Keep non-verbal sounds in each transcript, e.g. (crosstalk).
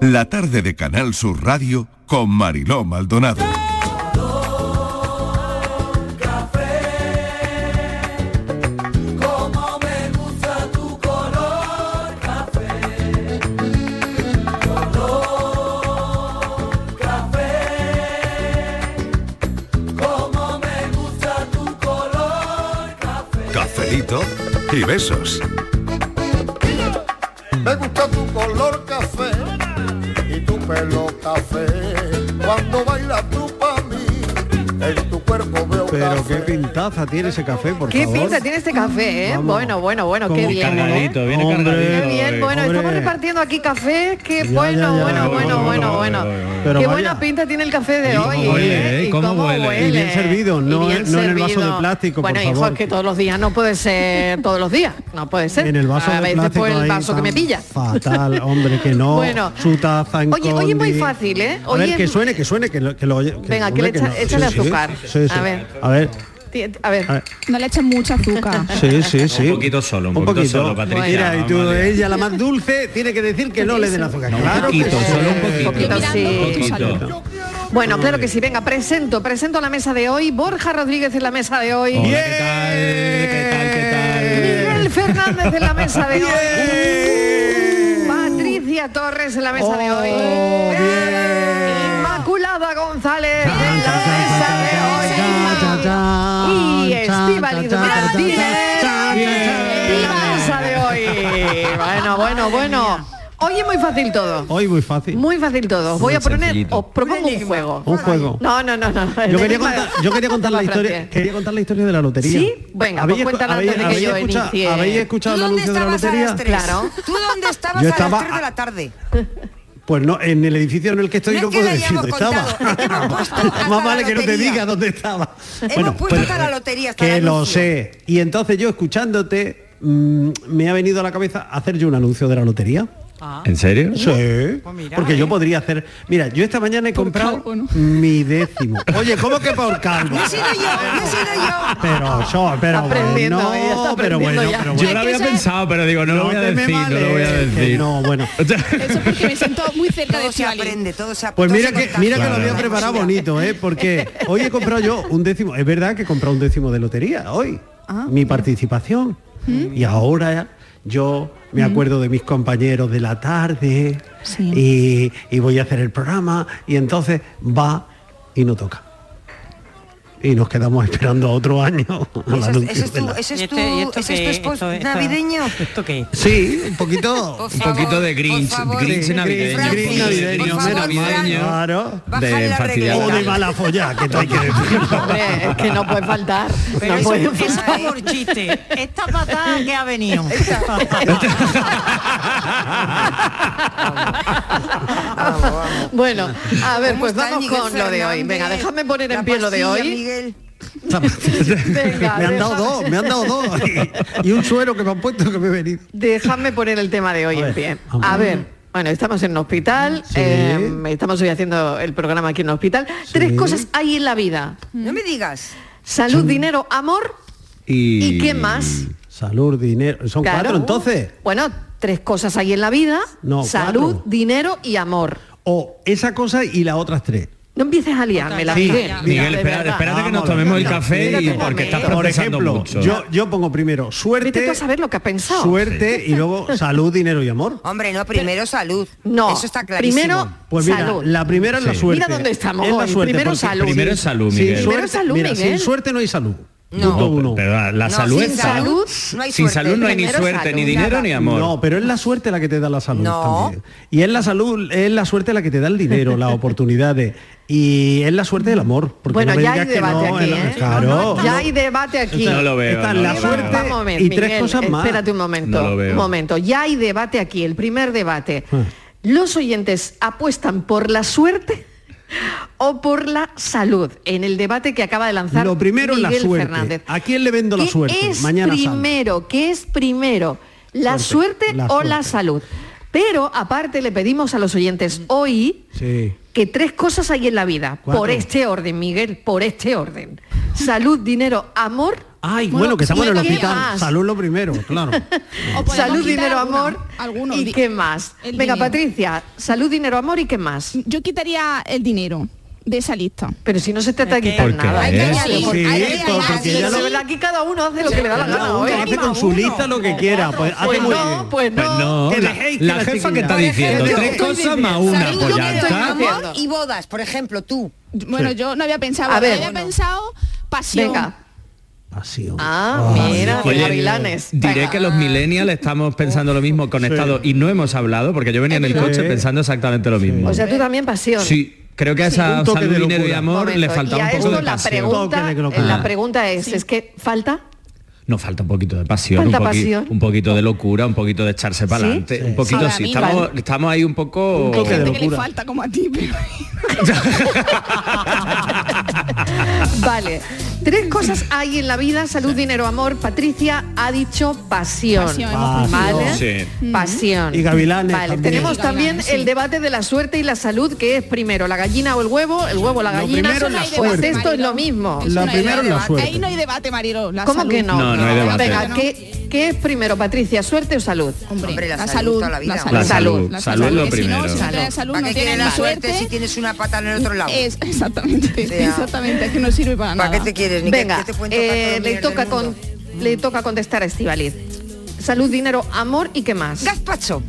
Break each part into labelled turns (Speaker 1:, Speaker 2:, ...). Speaker 1: La tarde de Canal Sur Radio con Mariló Maldonado.
Speaker 2: Como me gusta tu color café, color café. Como me gusta tu color café.
Speaker 3: Cafelito y besos.
Speaker 4: Me gusta tu color café y tu pelo café. Cuando bailas tú pa' mí, en tu cuerpo veo
Speaker 5: Pero qué pintaza tiene ese café, por
Speaker 6: ¿Qué
Speaker 5: favor.
Speaker 6: pinta tiene este café, eh? Bueno, bueno, bueno, qué
Speaker 5: Como
Speaker 6: bien. ¿eh?
Speaker 5: cargadito, viene Hombre, cargadito.
Speaker 6: Qué bien, bueno,
Speaker 5: hombre.
Speaker 6: estamos repartiendo aquí café, qué bueno,
Speaker 5: ya, ya,
Speaker 6: bueno, bueno,
Speaker 5: ya, ya,
Speaker 6: bueno, bueno.
Speaker 5: Pero
Speaker 6: qué
Speaker 5: vaya.
Speaker 6: buena pinta tiene el café de hoy,
Speaker 5: huele,
Speaker 6: ¿eh?
Speaker 5: ¿eh? ¿Cómo huele? Y bien servido,
Speaker 6: Y
Speaker 5: no-
Speaker 6: bien
Speaker 5: no en el vaso de
Speaker 6: servido.
Speaker 5: plástico, por
Speaker 6: Bueno, hijo,
Speaker 5: favor.
Speaker 6: es que todos los días no puede ser todos los días, no puede ser.
Speaker 5: En el vaso
Speaker 6: A
Speaker 5: de
Speaker 6: veces
Speaker 5: plástico
Speaker 6: fue el
Speaker 5: ahí
Speaker 6: vaso que
Speaker 5: tan
Speaker 6: me pilla.
Speaker 5: Fatal, hombre, que no.
Speaker 6: Bueno.
Speaker 5: Su taza en
Speaker 6: Oye, oye, muy
Speaker 5: condi.
Speaker 6: fácil, ¿eh?
Speaker 5: a ver,
Speaker 6: Oye,
Speaker 5: que suene, que suene, que lo... Que lo oye- que,
Speaker 6: Venga, que le echa- échale azúcar.
Speaker 5: Sí, sí.
Speaker 6: A ver.
Speaker 5: A ver.
Speaker 6: ti- a ver.
Speaker 5: A ver.
Speaker 7: No le echen mucha
Speaker 5: (laughs)
Speaker 7: azúcar.
Speaker 5: Sí, sí, sí.
Speaker 8: Un poquito solo, un,
Speaker 5: Un
Speaker 8: poquito,
Speaker 5: poquito.
Speaker 8: solo, Patricia.
Speaker 5: Mira, y
Speaker 8: Vamos,
Speaker 5: tú,
Speaker 8: vale.
Speaker 5: ella, la más dulce, tiene que decir que no le den azúcar.
Speaker 8: No, un
Speaker 5: claro que
Speaker 8: poquito,
Speaker 5: sí.
Speaker 8: solo un poquito.
Speaker 6: poquito, sí.
Speaker 8: Un poquito.
Speaker 6: Bueno, claro que sí, venga, presento, presento a la mesa de hoy, Borja Rodríguez en la mesa de hoy.
Speaker 8: Hola, ¿qué tal? ¿Qué tal? ¿Qué tal?
Speaker 6: Miguel Fernández en la mesa de hoy. Patricia Torres en la mesa de hoy.
Speaker 5: Oh,
Speaker 6: Inmaculada González en la mesa
Speaker 5: Cha, cha,
Speaker 6: de hoy.
Speaker 5: cha,
Speaker 6: Y
Speaker 5: cha, cha,
Speaker 6: Estíbaliz
Speaker 5: cha, cha, cha,
Speaker 6: Martínez
Speaker 5: cha, cha,
Speaker 6: en
Speaker 5: cha,
Speaker 6: la
Speaker 5: cha.
Speaker 6: mesa de hoy. Bueno, bueno, bueno. Hoy es muy fácil todo.
Speaker 5: Hoy muy fácil.
Speaker 6: Muy fácil todo. Os voy a poner,
Speaker 8: sencillito.
Speaker 6: os propongo un juego.
Speaker 5: Un juego.
Speaker 6: No, no, no, no.
Speaker 5: Yo
Speaker 6: El
Speaker 5: quería,
Speaker 6: enigma-
Speaker 5: contar, yo quería contar la historia,
Speaker 6: Francia.
Speaker 5: quería contar la historia de la lotería.
Speaker 6: ¿Sí? Venga, pues
Speaker 5: escu-
Speaker 6: cuéntala antes de que yo
Speaker 5: escuchado,
Speaker 6: inicie.
Speaker 5: Ah, ¿Habéis escuchado el anuncio de la lotería?
Speaker 6: Claro.
Speaker 9: ¿Tú dónde estabas
Speaker 5: Yo
Speaker 9: a
Speaker 5: estaba
Speaker 9: las 3
Speaker 5: a-
Speaker 9: de la tarde?
Speaker 5: Pues no, en el edificio en el que estoy no,
Speaker 9: No es que
Speaker 5: puedo
Speaker 9: lo
Speaker 5: decir
Speaker 9: hayamos
Speaker 5: dónde estaba.
Speaker 9: contado, es que hemos
Speaker 5: (laughs)
Speaker 9: puesto hasta
Speaker 5: Más vale
Speaker 9: la
Speaker 5: que no te
Speaker 9: lotería.
Speaker 5: diga dónde estaba.
Speaker 9: Hemos puesto hasta la lotería, hasta
Speaker 5: pues, Que
Speaker 9: el
Speaker 5: lo
Speaker 9: anuncio.
Speaker 5: sé. Y entonces yo escuchándote mm, me ha venido a la cabeza hacer yo un anuncio de la lotería.
Speaker 8: ¿En serio?
Speaker 5: Sí,
Speaker 9: Ah. mira,
Speaker 5: porque yo
Speaker 9: eh.
Speaker 5: podría hacer... Mira, yo esta mañana he comprado
Speaker 7: calvo, ¿no?
Speaker 5: mi décimo. Oye, ¿cómo que por
Speaker 9: (laughs)
Speaker 5: calvo?
Speaker 9: No he sido yo, no he sido yo.
Speaker 5: Pero yo, pero
Speaker 6: aprendiendo,
Speaker 5: bueno,
Speaker 6: ella está
Speaker 5: pero
Speaker 6: aprendiendo
Speaker 5: bueno,
Speaker 6: ya.
Speaker 5: pero
Speaker 8: Yo
Speaker 5: bueno.
Speaker 8: lo había pensado, pero digo, no, lo voy a
Speaker 5: te me
Speaker 8: decir, no lo voy a
Speaker 5: males, que
Speaker 8: decir.
Speaker 5: No, bueno.
Speaker 7: Eso porque me siento muy cerca de
Speaker 9: Todo se
Speaker 7: Estivali.
Speaker 9: aprende, todo se
Speaker 5: Pues
Speaker 9: todo
Speaker 5: mira
Speaker 9: se
Speaker 5: que,
Speaker 9: contagia.
Speaker 5: mira que lo había
Speaker 9: Claro.
Speaker 5: preparado bonito, ¿eh? Porque hoy he comprado yo un décimo. Es verdad que he comprado un décimo de lotería hoy.
Speaker 10: Ah.
Speaker 5: mi participación.
Speaker 10: ¿Mm? (laughs)
Speaker 5: Y ahora yo me acuerdo de mis compañeros de la tarde
Speaker 7: Sí.
Speaker 5: y, y voy a hacer el programa y entonces va y no toca. Y nos quedamos esperando otro año. (laughs) al
Speaker 9: Eso Pues es-
Speaker 5: anuncio
Speaker 9: Ese es
Speaker 5: de
Speaker 9: tu,
Speaker 5: la-
Speaker 9: ese
Speaker 11: ¿Y
Speaker 9: es tu,
Speaker 11: esto- y
Speaker 9: ese
Speaker 11: esto qué?
Speaker 9: es tu
Speaker 11: ¿Esto-
Speaker 9: esposo
Speaker 11: esto-
Speaker 9: navideño.
Speaker 11: ¿Esto qué?
Speaker 5: Sí, un
Speaker 9: (laughs)
Speaker 5: poquito.
Speaker 9: Por
Speaker 8: Un poquito de
Speaker 9: favor,
Speaker 8: Grinch,
Speaker 9: por favor.
Speaker 8: Grinch navideño.
Speaker 9: Francis,
Speaker 5: Grinch navideño,
Speaker 9: por favor,
Speaker 5: menos mal.
Speaker 9: Fran,
Speaker 5: Claro.
Speaker 9: bájale
Speaker 8: De
Speaker 9: la
Speaker 8: facilidad.
Speaker 5: O
Speaker 9: regleta.
Speaker 5: de mala folla, que no hay
Speaker 9: (laughs)
Speaker 5: que decirlo.
Speaker 6: Hombre, es que no puede faltar.
Speaker 11: Pero
Speaker 6: (laughs) no
Speaker 11: eso,
Speaker 6: puede
Speaker 11: eso
Speaker 6: faltar.
Speaker 11: por chiste. Esta patada que ha
Speaker 6: (laughs)
Speaker 11: venido.
Speaker 6: Bueno, a ver,
Speaker 9: ¿Cómo
Speaker 6: pues
Speaker 9: está
Speaker 6: vamos
Speaker 9: Miguel
Speaker 6: con lo de hoy.
Speaker 9: Fernández?
Speaker 6: Venga, déjame poner en
Speaker 9: La
Speaker 6: pie lo de
Speaker 9: pastilla,
Speaker 6: hoy.
Speaker 9: Miguel.
Speaker 6: Venga,
Speaker 5: me han dado
Speaker 6: déjame-
Speaker 5: dos, me han dado dos. Y, un suero que me han puesto que me he venido.
Speaker 6: Déjame poner el tema de hoy
Speaker 5: A
Speaker 6: en
Speaker 5: ver,
Speaker 6: pie.
Speaker 5: vamos.
Speaker 6: A ver, bueno, estamos en un hospital, eh, estamos hoy haciendo el programa aquí en un hospital. Tres cosas hay en la vida.
Speaker 9: Mm. No me digas.
Speaker 5: Mm.
Speaker 6: Salud, dinero, amor
Speaker 8: Y...
Speaker 6: y qué más.
Speaker 5: Salud, dinero. Son
Speaker 6: Claro.
Speaker 5: cuatro entonces.
Speaker 6: Bueno, tres cosas hay en la vida.
Speaker 5: No,
Speaker 6: salud,
Speaker 5: cuatro.
Speaker 6: dinero y amor.
Speaker 5: O esa cosa y las otras tres.
Speaker 6: No empieces a liarme la
Speaker 5: Sí, mira,
Speaker 8: Miguel, espérate, espérate que nos
Speaker 5: Vamos,
Speaker 8: tomemos el
Speaker 5: venga,
Speaker 8: café y
Speaker 6: espérate,
Speaker 8: porque estás
Speaker 6: espérate.
Speaker 5: Por
Speaker 8: procesando
Speaker 5: ejemplo,
Speaker 8: mucho.
Speaker 5: yo, yo pongo primero
Speaker 6: Vete tú
Speaker 5: suerte.
Speaker 6: a saber lo que has pensado.
Speaker 5: eh, Suerte y luego salud, dinero y amor.
Speaker 9: Hombre, no, primero salud.
Speaker 6: No,
Speaker 9: Eso está clarísimo.
Speaker 6: primero
Speaker 5: Pues mira,
Speaker 6: salud.
Speaker 5: la primera es la
Speaker 8: Sí.
Speaker 5: suerte.
Speaker 6: Mira dónde estamos
Speaker 5: Es la
Speaker 6: hoy.
Speaker 5: suerte,
Speaker 6: Primero
Speaker 5: porque
Speaker 6: salud.
Speaker 8: Primero es salud,
Speaker 5: sin
Speaker 8: Miguel.
Speaker 6: Primero
Speaker 5: suerte-
Speaker 6: salud,
Speaker 5: mira,
Speaker 6: Miguel.
Speaker 5: sin suerte no hay salud.
Speaker 9: No.
Speaker 5: Punto uno.
Speaker 8: Pero la, la
Speaker 9: No,
Speaker 8: salud
Speaker 9: sin
Speaker 8: es salud.
Speaker 6: salud
Speaker 9: no hay
Speaker 8: sin
Speaker 9: suerte.
Speaker 8: salud no hay ni
Speaker 6: Primero
Speaker 8: suerte,
Speaker 6: salud,
Speaker 8: ni dinero,
Speaker 6: nada.
Speaker 8: ni amor.
Speaker 5: No, pero es la suerte la que te da la salud
Speaker 9: No.
Speaker 5: también. Y es la salud, es la suerte la que te da el dinero,
Speaker 6: (laughs)
Speaker 5: las oportunidades. Y es la suerte del amor. Porque
Speaker 6: Bueno,
Speaker 5: no me
Speaker 6: ya hay
Speaker 5: digas que
Speaker 6: debate
Speaker 5: no,
Speaker 6: aquí,
Speaker 5: es la-
Speaker 6: ¿eh?
Speaker 5: Claro.
Speaker 6: Ya hay debate aquí.
Speaker 8: No lo veo.
Speaker 5: Está
Speaker 8: no
Speaker 5: la
Speaker 8: lo
Speaker 5: suerte
Speaker 8: veo.
Speaker 6: Vamos a ver,
Speaker 5: y tres
Speaker 6: Miguel,
Speaker 5: cosas más.
Speaker 6: Espérate un momento,
Speaker 8: No lo veo.
Speaker 6: un momento. Ya hay debate aquí, el primer debate.
Speaker 5: Ah.
Speaker 6: ¿Los oyentes apuestan por la suerte (laughs) o por la salud? En el debate que acaba de lanzar
Speaker 5: Lo primero es la
Speaker 6: Miguel
Speaker 5: suerte.
Speaker 6: Fernández.
Speaker 5: ¿A quién le vendo la
Speaker 6: ¿Qué
Speaker 5: suerte?
Speaker 6: Es
Speaker 5: Mañana sabe.
Speaker 6: primero, ¿qué es primero? ¿La
Speaker 5: Suerte,
Speaker 6: suerte,
Speaker 5: la
Speaker 6: o la
Speaker 5: suerte.
Speaker 6: salud? Pero aparte le pedimos a los oyentes hoy
Speaker 5: Sí.
Speaker 6: que tres cosas hay en la vida,
Speaker 5: Cuatro.
Speaker 6: por este orden, Miguel, por este orden. Salud, dinero, amor
Speaker 5: Ay, bueno, que estamos en el
Speaker 6: ¿y qué
Speaker 5: hospital.
Speaker 6: más?
Speaker 5: Salud lo primero, claro.
Speaker 6: (laughs)
Speaker 7: O podemos
Speaker 6: Salud,
Speaker 7: quitar
Speaker 6: dinero,
Speaker 7: alguna-
Speaker 6: amor
Speaker 7: algunos,
Speaker 6: y
Speaker 7: di-
Speaker 6: qué más.
Speaker 7: el
Speaker 6: Venga,
Speaker 7: dinero.
Speaker 6: Patricia, salud, dinero, amor y qué más.
Speaker 7: Yo quitaría el dinero de esa lista.
Speaker 6: Pero si no se trata de quitar
Speaker 8: ¿Por qué?
Speaker 6: nada. ¿eh?
Speaker 8: Hay que
Speaker 9: añadir,
Speaker 6: Sí,
Speaker 9: hay que
Speaker 6: sí,
Speaker 9: añadir.
Speaker 6: porque ya
Speaker 5: Sí,
Speaker 6: lo-
Speaker 5: sí.
Speaker 6: verdad, aquí cada uno hace lo que le da la
Speaker 5: Cada
Speaker 6: gana.
Speaker 5: uno
Speaker 6: ¿eh?
Speaker 5: hace con su lista lo que quiera. Pues hace
Speaker 6: Pues
Speaker 5: muy
Speaker 6: no,
Speaker 5: bien.
Speaker 6: pues
Speaker 8: Pues
Speaker 6: no.
Speaker 8: no,
Speaker 5: Que
Speaker 8: la,
Speaker 5: dejéis que
Speaker 8: la
Speaker 5: la
Speaker 8: jefa que
Speaker 5: chiquilla-
Speaker 8: está diciendo
Speaker 6: Yo
Speaker 8: tres
Speaker 6: estoy
Speaker 8: cosas más
Speaker 6: diciendo,
Speaker 8: una,
Speaker 9: Salud,
Speaker 8: pues ya
Speaker 9: dinero,
Speaker 8: está.
Speaker 9: amor y bodas, por ejemplo, tú.
Speaker 7: Bueno, yo no había pensado,
Speaker 6: A ver.
Speaker 7: había pensado pasión.
Speaker 6: Venga.
Speaker 5: Pasión.
Speaker 6: Ah,
Speaker 5: Ay,
Speaker 6: mira,
Speaker 8: Oye,
Speaker 6: gavilanes.
Speaker 8: Diré
Speaker 6: Venga.
Speaker 8: que los millennials estamos pensando lo mismo conectados y no hemos hablado porque yo venía en el
Speaker 5: Sí.
Speaker 8: coche pensando exactamente lo mismo.
Speaker 6: O sea, tú también pasión.
Speaker 8: Sí, creo que a esa
Speaker 5: un toque
Speaker 8: salud,
Speaker 5: de
Speaker 8: dinero y
Speaker 5: locura.
Speaker 8: amor
Speaker 6: Momento,
Speaker 8: le falta
Speaker 6: y a
Speaker 8: un poco
Speaker 6: esto
Speaker 8: de
Speaker 6: la
Speaker 8: pasión.
Speaker 5: Toque
Speaker 6: pregunta,
Speaker 5: de Ah.
Speaker 6: eh,
Speaker 5: locura.
Speaker 6: la pregunta es, ¿es que falta?
Speaker 8: Nos falta un poquito de pasión,
Speaker 6: Falta
Speaker 8: un, poqui-
Speaker 6: pasión.
Speaker 8: un poquito de locura, un poquito de echarse para
Speaker 6: ¿Sí?
Speaker 8: adelante.
Speaker 5: Sí.
Speaker 8: Un poquito,
Speaker 7: Ahora
Speaker 8: sí.
Speaker 7: mismo.
Speaker 8: Estamos, estamos ahí un poco...
Speaker 5: Un toque de
Speaker 7: Gente que le
Speaker 5: locura.
Speaker 7: falta como a ti, pero...
Speaker 6: (laughs) Vale. Tres cosas hay en la vida, salud, dinero, amor. Patricia ha dicho pasión.
Speaker 7: Pasión, hemos
Speaker 6: Vale.
Speaker 8: Sí.
Speaker 6: Pasión.
Speaker 5: Y gavilanes
Speaker 6: Vale,
Speaker 5: también.
Speaker 6: tenemos
Speaker 7: Y gavilanes,
Speaker 6: también
Speaker 7: sí.
Speaker 6: el debate de la suerte y la salud, que es primero la gallina o el huevo, el huevo o la
Speaker 5: Lo
Speaker 6: gallina.
Speaker 5: primero es la
Speaker 6: Pues
Speaker 5: suerte.
Speaker 6: esto es lo mismo.
Speaker 7: Eso
Speaker 5: La
Speaker 7: no hay
Speaker 5: primera es la
Speaker 7: debate.
Speaker 5: suerte.
Speaker 7: Ahí no hay debate, Marilo. La
Speaker 6: ¿Cómo
Speaker 7: salud.
Speaker 6: que no?
Speaker 8: No, no hay debate.
Speaker 6: Venga, ¿qué, qué es primero, Patricia? ¿Suerte o salud?
Speaker 7: Hombre,
Speaker 9: Hombre, la
Speaker 7: la,
Speaker 9: salud
Speaker 7: salud,
Speaker 9: toda la vida.
Speaker 8: La salud,
Speaker 7: la
Speaker 8: salud es lo
Speaker 7: porque Si
Speaker 8: primero.
Speaker 7: no, si no tienes salud,
Speaker 9: ¿Para
Speaker 7: no
Speaker 9: qué quieres
Speaker 7: tienes
Speaker 9: la
Speaker 7: la
Speaker 9: suerte,
Speaker 7: suerte.
Speaker 9: si tienes una pata en el otro lado?
Speaker 7: Es, exactamente,
Speaker 9: sea,
Speaker 7: exactamente, es que no sirve para nada.
Speaker 9: ¿Para qué te quieres? Ni que-
Speaker 6: Venga,
Speaker 9: que te cuento
Speaker 6: eh,
Speaker 9: tanto
Speaker 6: le,
Speaker 9: dinero
Speaker 6: toca
Speaker 9: del
Speaker 6: con,
Speaker 9: mundo.
Speaker 6: le toca contestar a Estivaliz. Salud, dinero, amor y qué más.
Speaker 9: Gazpacho.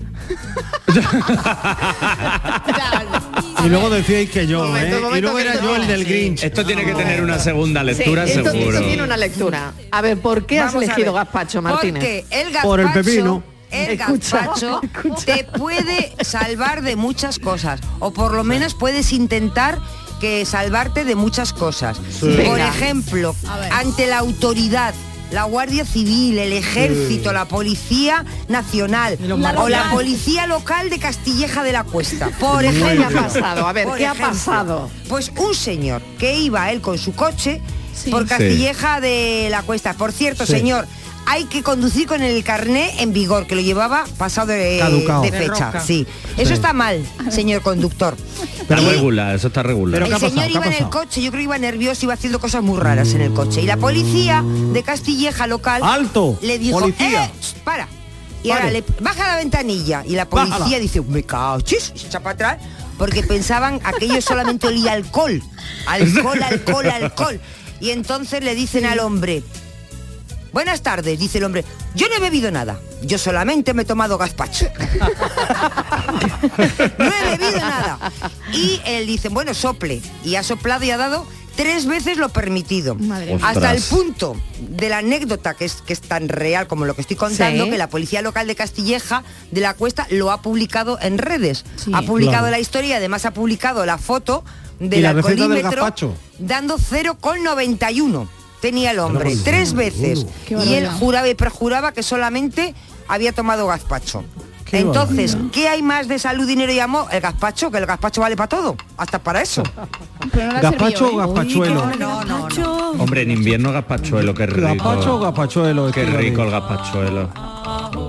Speaker 5: Y luego decíais que yo,
Speaker 6: Momento,
Speaker 5: ¿eh?
Speaker 6: momento,
Speaker 5: y luego era
Speaker 6: que
Speaker 5: yo
Speaker 6: no.
Speaker 5: el del Grinch. Ah.
Speaker 8: Esto tiene que tener una segunda
Speaker 6: Sí,
Speaker 8: lectura
Speaker 6: esto, esto
Speaker 8: seguro.
Speaker 6: tiene una lectura. A ver, ¿por qué has
Speaker 9: Vamos a
Speaker 6: elegido
Speaker 9: ver.
Speaker 6: gazpacho, Martínez?
Speaker 9: Porque el gazpacho,
Speaker 5: Por el pepino.
Speaker 9: El
Speaker 6: Escucha,
Speaker 9: gazpacho
Speaker 6: (laughs) escucha.
Speaker 9: te puede salvar de muchas cosas. O por lo menos puedes intentar que salvarte de muchas cosas. Por
Speaker 6: Venga.
Speaker 9: ejemplo, ante la autoridad. La Guardia Civil, el Ejército, la Policía Nacional o la Policía Local de Castilleja de la Cuesta. Por
Speaker 6: ¿Qué
Speaker 9: ejemplo.
Speaker 6: ha pasado? A ver,
Speaker 9: Por
Speaker 6: ¿qué ha
Speaker 9: ejemplo,
Speaker 6: pasado?
Speaker 9: Pues un señor que iba él con su coche
Speaker 7: Sí.
Speaker 9: por Castilleja de la Cuesta. Por cierto,
Speaker 5: Sí.
Speaker 9: señor, hay que conducir con el carné en vigor, que lo llevaba pasado de,
Speaker 5: Caducao.
Speaker 9: de
Speaker 5: De
Speaker 9: fecha.
Speaker 11: roca.
Speaker 9: sí. Eso está mal, señor conductor.
Speaker 8: Está
Speaker 9: Y
Speaker 8: regular, eso está regular.
Speaker 5: Pero
Speaker 9: el
Speaker 5: ¿qué ha pasado?
Speaker 9: señor
Speaker 5: ¿Qué ha
Speaker 9: iba en el
Speaker 5: pasado?
Speaker 9: coche, yo creo que iba nervioso, iba haciendo cosas muy raras en el coche. Y la policía de Castilleja local
Speaker 5: ¡Alto!
Speaker 9: le dijo,
Speaker 5: ¡Policía!
Speaker 9: "Eh, ch, para. Y
Speaker 5: Pare.
Speaker 9: ahora le baja la ventanilla y la policía
Speaker 5: Bájala.
Speaker 9: dice, me cachis, y se echa para atrás, porque pensaban aquello solamente olía alcohol. Alcohol, alcohol, alcohol. Y entonces le dicen al hombre, buenas tardes, dice el hombre, yo no he bebido nada, yo solamente me he tomado gazpacho. (laughs) no he bebido nada. Y él dice, bueno, sople. Y ha soplado y ha dado tres veces lo permitido.
Speaker 7: Madre
Speaker 8: mía.
Speaker 9: Hasta el
Speaker 8: Ostras.
Speaker 9: punto de la anécdota, que es, que es tan real como lo que estoy contando,
Speaker 6: Sí.
Speaker 9: que la policía local de Castilleja de la Cuesta lo ha publicado en redes.
Speaker 7: Sí.
Speaker 9: ha publicado
Speaker 5: Claro.
Speaker 9: la historia y además ha publicado la foto
Speaker 5: Y
Speaker 9: del
Speaker 5: la receta del
Speaker 9: alcoholímetro
Speaker 5: gazpacho.
Speaker 9: dando 0,91. Tenía el hombre tres veces.
Speaker 7: Qué
Speaker 9: Y él
Speaker 7: barbaridad.
Speaker 9: juraba y perjuraba que solamente había tomado gazpacho.
Speaker 5: Qué
Speaker 9: Entonces,
Speaker 5: barbaridad.
Speaker 9: ¿qué hay más de salud, dinero y amor? El gazpacho, que el gazpacho vale para todo, hasta para eso.
Speaker 7: Pero no la
Speaker 5: ¿Gazpacho o
Speaker 7: servió, ¿eh?
Speaker 5: gazpachuelo?
Speaker 9: no, no, no.
Speaker 8: Hombre, en invierno gazpachuelo, qué rico.
Speaker 5: ¿Gazpacho o gazpachuelo?
Speaker 8: Qué
Speaker 5: Estíbaliz?
Speaker 8: rico el gazpachuelo.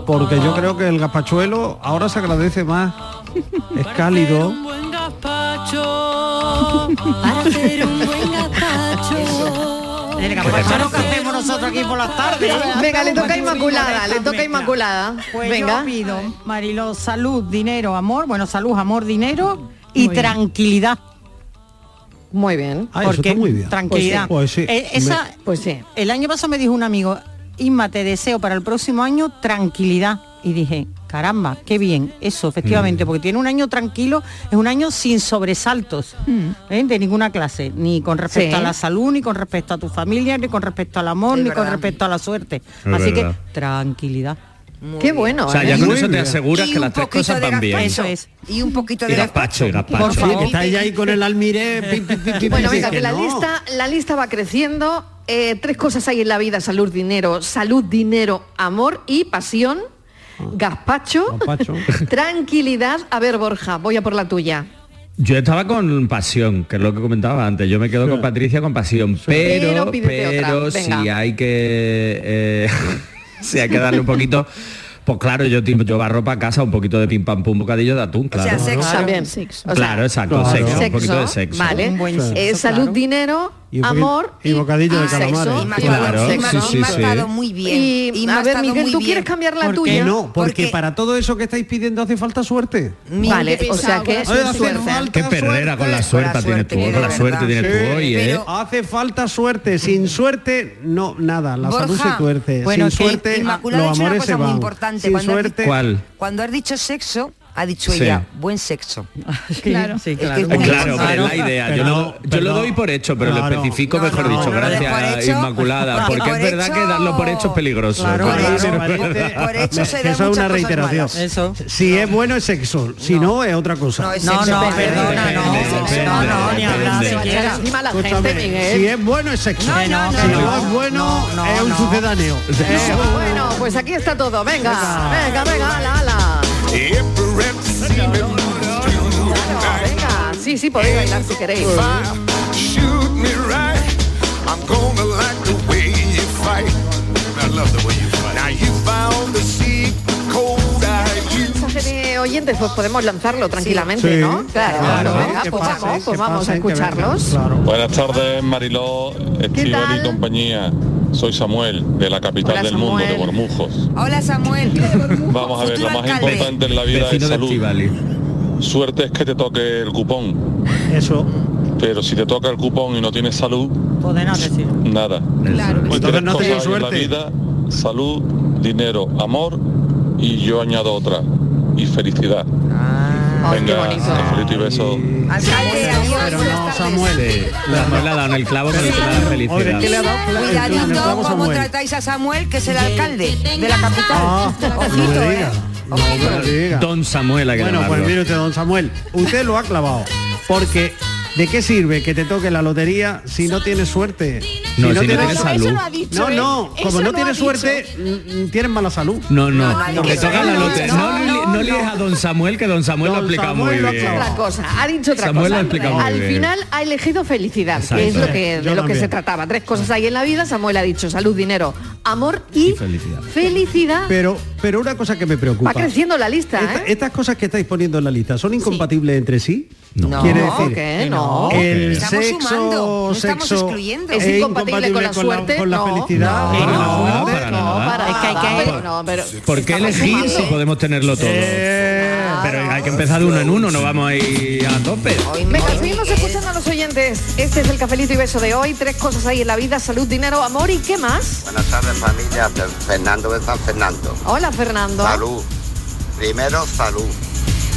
Speaker 5: Porque yo creo que el gazpachuelo ahora se agradece más. Es
Speaker 2: Hacer
Speaker 5: cálido.
Speaker 2: un buen gazpacho. Para hacer un buen gazpacho.
Speaker 11: El gazpacho lo que pues, hacemos nosotros aquí por las tardes.
Speaker 6: Venga, le toca a Inmaculada, le toca a Inmaculada.
Speaker 11: Pues
Speaker 6: Venga.
Speaker 11: yo pido, Marilo, salud, dinero, amor. Bueno, salud, amor, dinero y tranquilidad.
Speaker 6: Muy bien.
Speaker 5: Ah, eso
Speaker 11: porque
Speaker 5: está muy bien.
Speaker 11: tranquilidad.
Speaker 5: Pues sí.
Speaker 11: Eh, esa-
Speaker 6: Pues sí.
Speaker 11: El año pasado me dijo un amigo, Inma, te deseo para el próximo año tranquilidad. Y dije, caramba, qué bien, eso,
Speaker 5: Mm.
Speaker 11: efectivamente, porque tiene un año tranquilo, es un año sin sobresaltos ¿eh? de ninguna clase, ni con respecto a
Speaker 6: Sí.
Speaker 11: la salud, ni con respecto a tu familia, ni con respecto al amor,
Speaker 9: Es
Speaker 11: ni con
Speaker 9: verdad.
Speaker 11: respecto a la suerte.
Speaker 8: Es
Speaker 11: Así
Speaker 8: verdad.
Speaker 11: que tranquilidad.
Speaker 6: Qué bueno.
Speaker 8: O sea,
Speaker 6: ¿eh?
Speaker 8: ya con
Speaker 5: Muy
Speaker 8: eso te
Speaker 5: bien.
Speaker 8: aseguras
Speaker 9: Y
Speaker 8: que
Speaker 9: un
Speaker 8: las tres
Speaker 9: poquito
Speaker 8: cosas
Speaker 9: de
Speaker 8: van bien.
Speaker 9: gazpacho.
Speaker 11: Eso es.
Speaker 9: Y un poquito
Speaker 8: Y
Speaker 9: de
Speaker 8: gazpacho, y gazpacho.
Speaker 11: Por favor.
Speaker 5: Sí, que está ella ahí con el almiré. pim, pim, pim, pim,
Speaker 6: Bueno,
Speaker 5: dice
Speaker 6: venga, que la
Speaker 5: no.
Speaker 6: lista, la lista va creciendo. Eh, tres cosas hay en la vida, salud, dinero, salud, dinero, amor y pasión. Gazpacho,
Speaker 5: Ah. Gazpacho.
Speaker 6: (laughs) tranquilidad. A ver, Borja, voy a por la tuya.
Speaker 8: Yo estaba con pasión, que es lo que comentaba antes. Yo me quedo con Patricia con pasión, pero
Speaker 6: Pero pídete
Speaker 8: pero
Speaker 6: otra, venga.
Speaker 8: si hay que eh, (laughs) si hay que darle un poquito, pues claro, yo tim- yo barro para casa un poquito de pim pam pum bocadillo de atún,
Speaker 9: sea,
Speaker 8: claro.
Speaker 9: sexo.
Speaker 6: También.
Speaker 7: sexo.
Speaker 6: O sea,
Speaker 8: claro, exacto,
Speaker 5: Claro.
Speaker 8: sexo, un poquito de sexo.
Speaker 6: Vale.
Speaker 11: Un buen
Speaker 6: Eh,
Speaker 11: sexo,
Speaker 6: salud,
Speaker 11: claro.
Speaker 6: dinero,
Speaker 5: Y un
Speaker 6: Amor
Speaker 5: poquito- y bocadillo de
Speaker 9: Ah,
Speaker 5: calamares.
Speaker 9: sexo, y
Speaker 5: Claro.
Speaker 9: matado,
Speaker 8: Claro,
Speaker 9: y ma-
Speaker 8: sí, sí,
Speaker 9: y matado
Speaker 8: sí.
Speaker 9: muy bien.
Speaker 6: Y,
Speaker 9: y
Speaker 6: a ver,
Speaker 9: matado
Speaker 6: Miguel,
Speaker 9: muy
Speaker 6: ¿tú
Speaker 9: bien.
Speaker 6: quieres cambiar la
Speaker 5: ¿Por
Speaker 6: tuya?
Speaker 5: qué no? Porque,
Speaker 9: Porque-
Speaker 5: para todo eso que estáis pidiendo hace falta suerte.
Speaker 6: Vale,
Speaker 7: Qué
Speaker 6: o sea
Speaker 7: pesado,
Speaker 6: que
Speaker 7: con la
Speaker 5: Hace
Speaker 7: suerte.
Speaker 5: falta
Speaker 8: Qué perrera con la
Speaker 9: suerte,
Speaker 8: suerte tienes tú,
Speaker 9: con la
Speaker 8: con la
Speaker 9: suerte,
Speaker 8: suerte
Speaker 9: de
Speaker 8: tienes
Speaker 9: verdad.
Speaker 8: tú hoy,
Speaker 9: Sí,
Speaker 8: ¿eh?
Speaker 9: pero-
Speaker 5: Hace falta suerte, sin suerte no nada, la salud
Speaker 9: Borja,
Speaker 5: se tuerce,
Speaker 11: bueno,
Speaker 5: sin
Speaker 11: que
Speaker 5: suerte
Speaker 9: Inmaculada ha
Speaker 5: los
Speaker 9: dicho una
Speaker 5: amores se
Speaker 9: cosa muy
Speaker 5: van.
Speaker 9: importante.
Speaker 5: Sin
Speaker 9: cuando has
Speaker 5: suerte,
Speaker 9: dicho-
Speaker 8: ¿Cuál?
Speaker 9: Cuando has dicho sexo, ha dicho
Speaker 8: Sí.
Speaker 9: ella, buen sexo.
Speaker 7: Claro.
Speaker 11: Sí,
Speaker 9: Es que es
Speaker 11: claro.
Speaker 8: Eh,
Speaker 9: muy
Speaker 8: Claro,
Speaker 9: importante.
Speaker 8: pero es la idea. Yo, lo,
Speaker 5: Perdón,
Speaker 8: yo lo
Speaker 5: perdón.
Speaker 8: doy por hecho, pero
Speaker 5: Claro.
Speaker 8: lo especifico,
Speaker 9: No,
Speaker 8: mejor
Speaker 9: no, no
Speaker 8: dicho.
Speaker 9: lo des por
Speaker 8: gracias,
Speaker 9: hecho,
Speaker 8: Inmaculada.
Speaker 9: porque
Speaker 8: Porque es
Speaker 9: por
Speaker 8: verdad que
Speaker 9: hecho-
Speaker 8: darlo por hecho es peligroso.
Speaker 11: Claro,
Speaker 8: Pero-
Speaker 9: claro.
Speaker 5: me
Speaker 9: Por-
Speaker 5: parece-
Speaker 9: por hecho
Speaker 5: eh, me-
Speaker 9: se
Speaker 5: que
Speaker 9: dan
Speaker 5: eso es
Speaker 9: muchas
Speaker 5: una
Speaker 9: cosas
Speaker 5: reiteración.
Speaker 9: malas.
Speaker 11: Eso.
Speaker 5: Si es bueno es sexo, si no, es otra cosa.
Speaker 9: No, es
Speaker 11: No,
Speaker 9: sexo,
Speaker 11: no,
Speaker 9: vale.
Speaker 11: perdona, no.
Speaker 8: Depende,
Speaker 11: No, no, ni
Speaker 8: depende.
Speaker 11: hablar.
Speaker 8: Se va a
Speaker 11: siquiera.
Speaker 6: encima la
Speaker 5: Escúchame,
Speaker 6: gente, Miguel.
Speaker 5: si es bueno es sexo.
Speaker 11: Que no,
Speaker 5: si
Speaker 11: que
Speaker 5: no,
Speaker 11: no.
Speaker 5: es bueno
Speaker 11: No, no,
Speaker 5: es un
Speaker 11: no.
Speaker 5: sucedáneo. Eh, Es un-
Speaker 6: Bueno, pues aquí está todo. Venga, venga, venga, ala, ala. Claro, venga. Sí, sí, podéis bailar si queréis. Mensaje de oyentes, pues podemos lanzarlo tranquilamente,
Speaker 5: Sí.
Speaker 6: ¿no? Claro,
Speaker 5: Claro,
Speaker 6: venga,
Speaker 5: que
Speaker 6: pues
Speaker 5: pasen,
Speaker 6: vamos,
Speaker 5: que
Speaker 6: pues vamos a
Speaker 5: pasen, que vengan.
Speaker 6: escucharlos.
Speaker 5: Claro.
Speaker 12: Buenas tardes, Mariló, Estíbal
Speaker 6: tal?
Speaker 12: y compañía. Soy Samuel, de la capital
Speaker 6: Hola,
Speaker 12: del mundo, de
Speaker 6: Samuel.
Speaker 12: Bormujos.
Speaker 9: Hola Samuel.
Speaker 12: Vamos a ver,
Speaker 9: Futuro
Speaker 12: lo más
Speaker 9: alcalde.
Speaker 12: importante en la vida es
Speaker 8: Vecino de
Speaker 12: salud.
Speaker 8: Estivali.
Speaker 12: Suerte es que te toque el cupón,
Speaker 5: Eso.
Speaker 12: pero si te toca el cupón y no tienes salud,
Speaker 11: Poder no decir.
Speaker 12: nada.
Speaker 7: Claro.
Speaker 12: Y
Speaker 5: Pues entonces
Speaker 12: tres
Speaker 5: no
Speaker 12: cosas
Speaker 5: tenéis
Speaker 12: hay en la
Speaker 5: suerte.
Speaker 12: vida, salud, dinero, amor y yo añado otra, y felicidad.
Speaker 6: Ay, qué
Speaker 12: Venga,
Speaker 6: bonito.
Speaker 12: cafelito y besos.
Speaker 9: Alcalde, adiós.
Speaker 5: Pero
Speaker 9: buenas
Speaker 5: no,
Speaker 9: tardes.
Speaker 5: Samuel.
Speaker 8: Sí, la le ha dado en el clavo con el tema de la
Speaker 5: Oye,
Speaker 8: felicidad.
Speaker 5: ¿qué le ha dado? Claro, el
Speaker 9: Cuidadito
Speaker 5: clavo,
Speaker 9: cómo
Speaker 5: Samuel.
Speaker 9: tratáis a Samuel, que es el alcalde de la capital.
Speaker 5: Ah, no
Speaker 9: Ojito,
Speaker 5: me
Speaker 9: ¿eh?
Speaker 5: diga. No me diga.
Speaker 8: Don Samuel ha que
Speaker 5: Bueno, pues
Speaker 8: llamarlo.
Speaker 5: mire usted, don Samuel, usted lo ha clavado. Porque, ¿de qué sirve que te toque la lotería si no tienes suerte?
Speaker 8: No, si no
Speaker 5: tienes-
Speaker 8: tienes salud.
Speaker 7: ha dicho,
Speaker 5: No,
Speaker 7: ¿eh?
Speaker 5: no,
Speaker 7: Eso
Speaker 5: como no
Speaker 7: lo
Speaker 5: tienes
Speaker 7: ha dicho.
Speaker 5: suerte, mm, mm, tienes mala salud.
Speaker 8: No, no,
Speaker 9: No, no,
Speaker 8: que
Speaker 9: no,
Speaker 8: toca
Speaker 9: no,
Speaker 8: la lotería.
Speaker 9: no,
Speaker 8: No, li-
Speaker 9: no,
Speaker 8: no líes a don Samuel, que don Samuel lo ha
Speaker 5: Don
Speaker 8: explicado
Speaker 5: Samuel
Speaker 8: muy
Speaker 5: lo ha
Speaker 8: bien. Ah,
Speaker 5: clavado.
Speaker 6: otra cosa, ha dicho otra
Speaker 8: Samuel lo ha
Speaker 6: cosa.
Speaker 8: explicado muy
Speaker 6: Al
Speaker 8: bien.
Speaker 6: final ha elegido felicidad, que es
Speaker 8: Exacto.
Speaker 6: lo que,
Speaker 5: Yo
Speaker 6: de lo que
Speaker 5: también.
Speaker 6: se trataba. Tres cosas hay en la vida, Samuel ha dicho salud, dinero, amor y,
Speaker 8: Y felicidad.
Speaker 6: felicidad.
Speaker 5: Pero, pero una cosa que me preocupa.
Speaker 6: Va creciendo la lista,
Speaker 5: Esta-
Speaker 6: ¿eh?
Speaker 5: Estas cosas que estáis poniendo en la lista son incompatibles entre sí.
Speaker 8: No.
Speaker 5: Quiere
Speaker 6: No,
Speaker 5: decir,
Speaker 6: que no.
Speaker 5: el
Speaker 9: Estamos
Speaker 5: sexo,
Speaker 9: sumando, no estamos
Speaker 5: sexo
Speaker 9: excluyendo.
Speaker 6: es
Speaker 5: es
Speaker 6: incompatible con la suerte.
Speaker 5: con la
Speaker 6: no.
Speaker 5: felicidad.
Speaker 6: No,
Speaker 8: Para nada,
Speaker 6: no,
Speaker 8: para
Speaker 6: no,
Speaker 8: nada.
Speaker 6: para
Speaker 11: Es que hay que-
Speaker 6: nada, no, pero-
Speaker 8: ¿Por qué elegir si podemos tenerlo todo?
Speaker 5: Eh,
Speaker 8: Pero hay que empezar de uno en uno, no vamos a ir a tope.
Speaker 6: Venga, seguimos escuchando a los oyentes. Este es el cafelito y beso de hoy. Tres cosas hay en la vida, salud, dinero, amor y qué más.
Speaker 13: Buenas tardes familia, Fer- Fernando de San Fernando.
Speaker 6: Hola Fernando.
Speaker 13: Salud. Primero salud.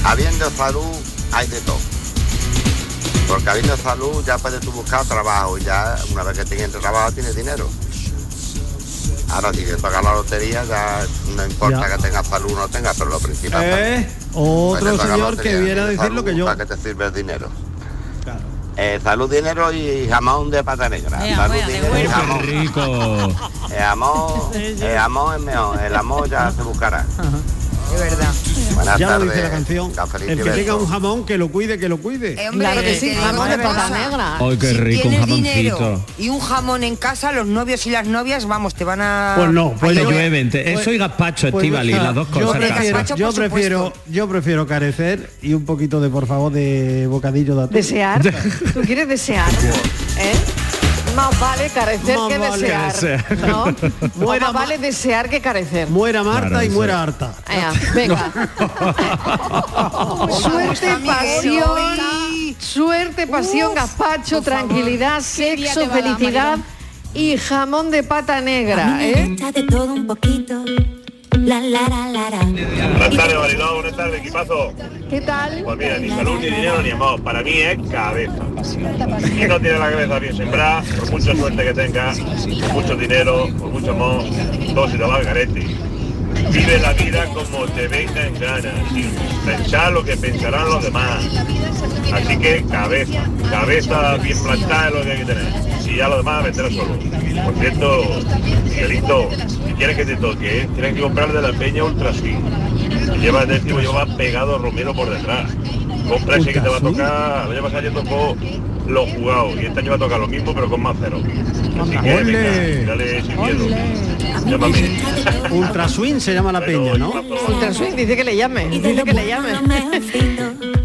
Speaker 13: Habiendo salud hay de todo. Porque habiendo salud ya puedes tú buscar trabajo. Ya una vez que tienes trabajo tienes dinero. Ahora si te toca la lotería ya no importa
Speaker 5: Ya.
Speaker 13: que tengas salud o no tengas, pero lo principal
Speaker 5: Eh,
Speaker 13: es
Speaker 5: Otro señor
Speaker 10: este
Speaker 5: que viene a decir lo que yo.
Speaker 13: ¿Para qué te sirve el dinero?
Speaker 5: Claro.
Speaker 13: Eh, salud, dinero y jamón de pata negra.
Speaker 11: Ea,
Speaker 13: salud,
Speaker 11: vaya, de
Speaker 13: dinero y
Speaker 11: huevo.
Speaker 13: jamón.
Speaker 8: Qué rico.
Speaker 13: (laughs) El amor, el amor es mejor, el amor ya se buscará.
Speaker 9: De verdad.
Speaker 13: Buenas
Speaker 5: Ya lo
Speaker 13: tardes.
Speaker 5: dice la canción.
Speaker 13: cafelito y
Speaker 5: El que tenga
Speaker 13: besos.
Speaker 5: un jamón que lo cuide, que lo cuide.
Speaker 9: Eh, hombre,
Speaker 6: claro que sí,
Speaker 9: te digo
Speaker 6: jamón de
Speaker 9: una
Speaker 6: pata
Speaker 9: cosa.
Speaker 6: negra.
Speaker 8: Ay, qué
Speaker 9: si
Speaker 8: rico, un
Speaker 9: tienes
Speaker 8: jamoncito.
Speaker 9: dinero y un jamón en casa, los novios y las novias, vamos, te van a...
Speaker 5: Pues no, pues
Speaker 8: Te
Speaker 5: yo-
Speaker 8: llueven, te-
Speaker 5: pues-
Speaker 8: eso y gazpacho,
Speaker 5: Pues,
Speaker 8: Estivali,
Speaker 5: ah,
Speaker 8: las dos
Speaker 5: Yo
Speaker 8: cosas en
Speaker 9: prefiero-
Speaker 8: casa.
Speaker 5: prefiero,
Speaker 9: Gazpacho,
Speaker 5: yo
Speaker 9: por
Speaker 5: prefiero,
Speaker 9: supuesto.
Speaker 5: yo prefiero carecer y un poquito de por favor de bocadillo de atún. (laughs)
Speaker 6: Desear. ¿Tú quieres desear? ¿Eh? Más vale carecer
Speaker 5: Más
Speaker 6: que
Speaker 5: vale
Speaker 6: desear.
Speaker 8: desear.
Speaker 6: ¿no? O
Speaker 5: Buena
Speaker 6: más
Speaker 5: ma-
Speaker 6: vale desear que carecer.
Speaker 5: Muera Marta
Speaker 8: Claro,
Speaker 5: y
Speaker 8: eso.
Speaker 5: muera harta.
Speaker 6: Ea, venga.
Speaker 10: Pues
Speaker 6: suerte,
Speaker 9: Miguel,
Speaker 6: pasión,
Speaker 9: hoy.
Speaker 6: suerte, pasión,
Speaker 7: Uf, por favor.
Speaker 6: gazpacho, tranquilidad,
Speaker 7: ¿Qué día
Speaker 6: sexo,
Speaker 7: te va a dar,
Speaker 6: felicidad y jamón de pata negra, ¿eh?
Speaker 2: de todo un poquito. La la la la la.
Speaker 12: Buenas tardes, Mariló, buenas tardes, equipazo.
Speaker 6: ¿Qué tal?
Speaker 12: Pues mira, ni salud, ni dinero, ni amor. Para mí es cabeza. Si no tiene la cabeza bien sembrada, por mucha suerte que tenga, por mucho dinero, por mucho amor, todo se te va al garete. Vive la vida como te venga en gana, sin pensar lo que pensarán los demás. Así que cabeza, cabeza bien plantada es lo que hay que tener. Si ya lo demás vendrá solo. Por cierto, Miguelito, si quieres que te toque, ¿eh? tienes que comprar de la peña Ultra Swing. Lleva el décimo, lleva pegado Romero por detrás. Compra ese que te va a tocar, la pasada ya tocó los jugados y este año va a tocar lo mismo pero con más cero. Así que
Speaker 5: Ole.
Speaker 12: venga, dale sin miedo. Llámame.
Speaker 5: Ultra Swing se llama la peña, ¿no?
Speaker 6: Ultraswing dice que le llame, dice que le llame. (laughs)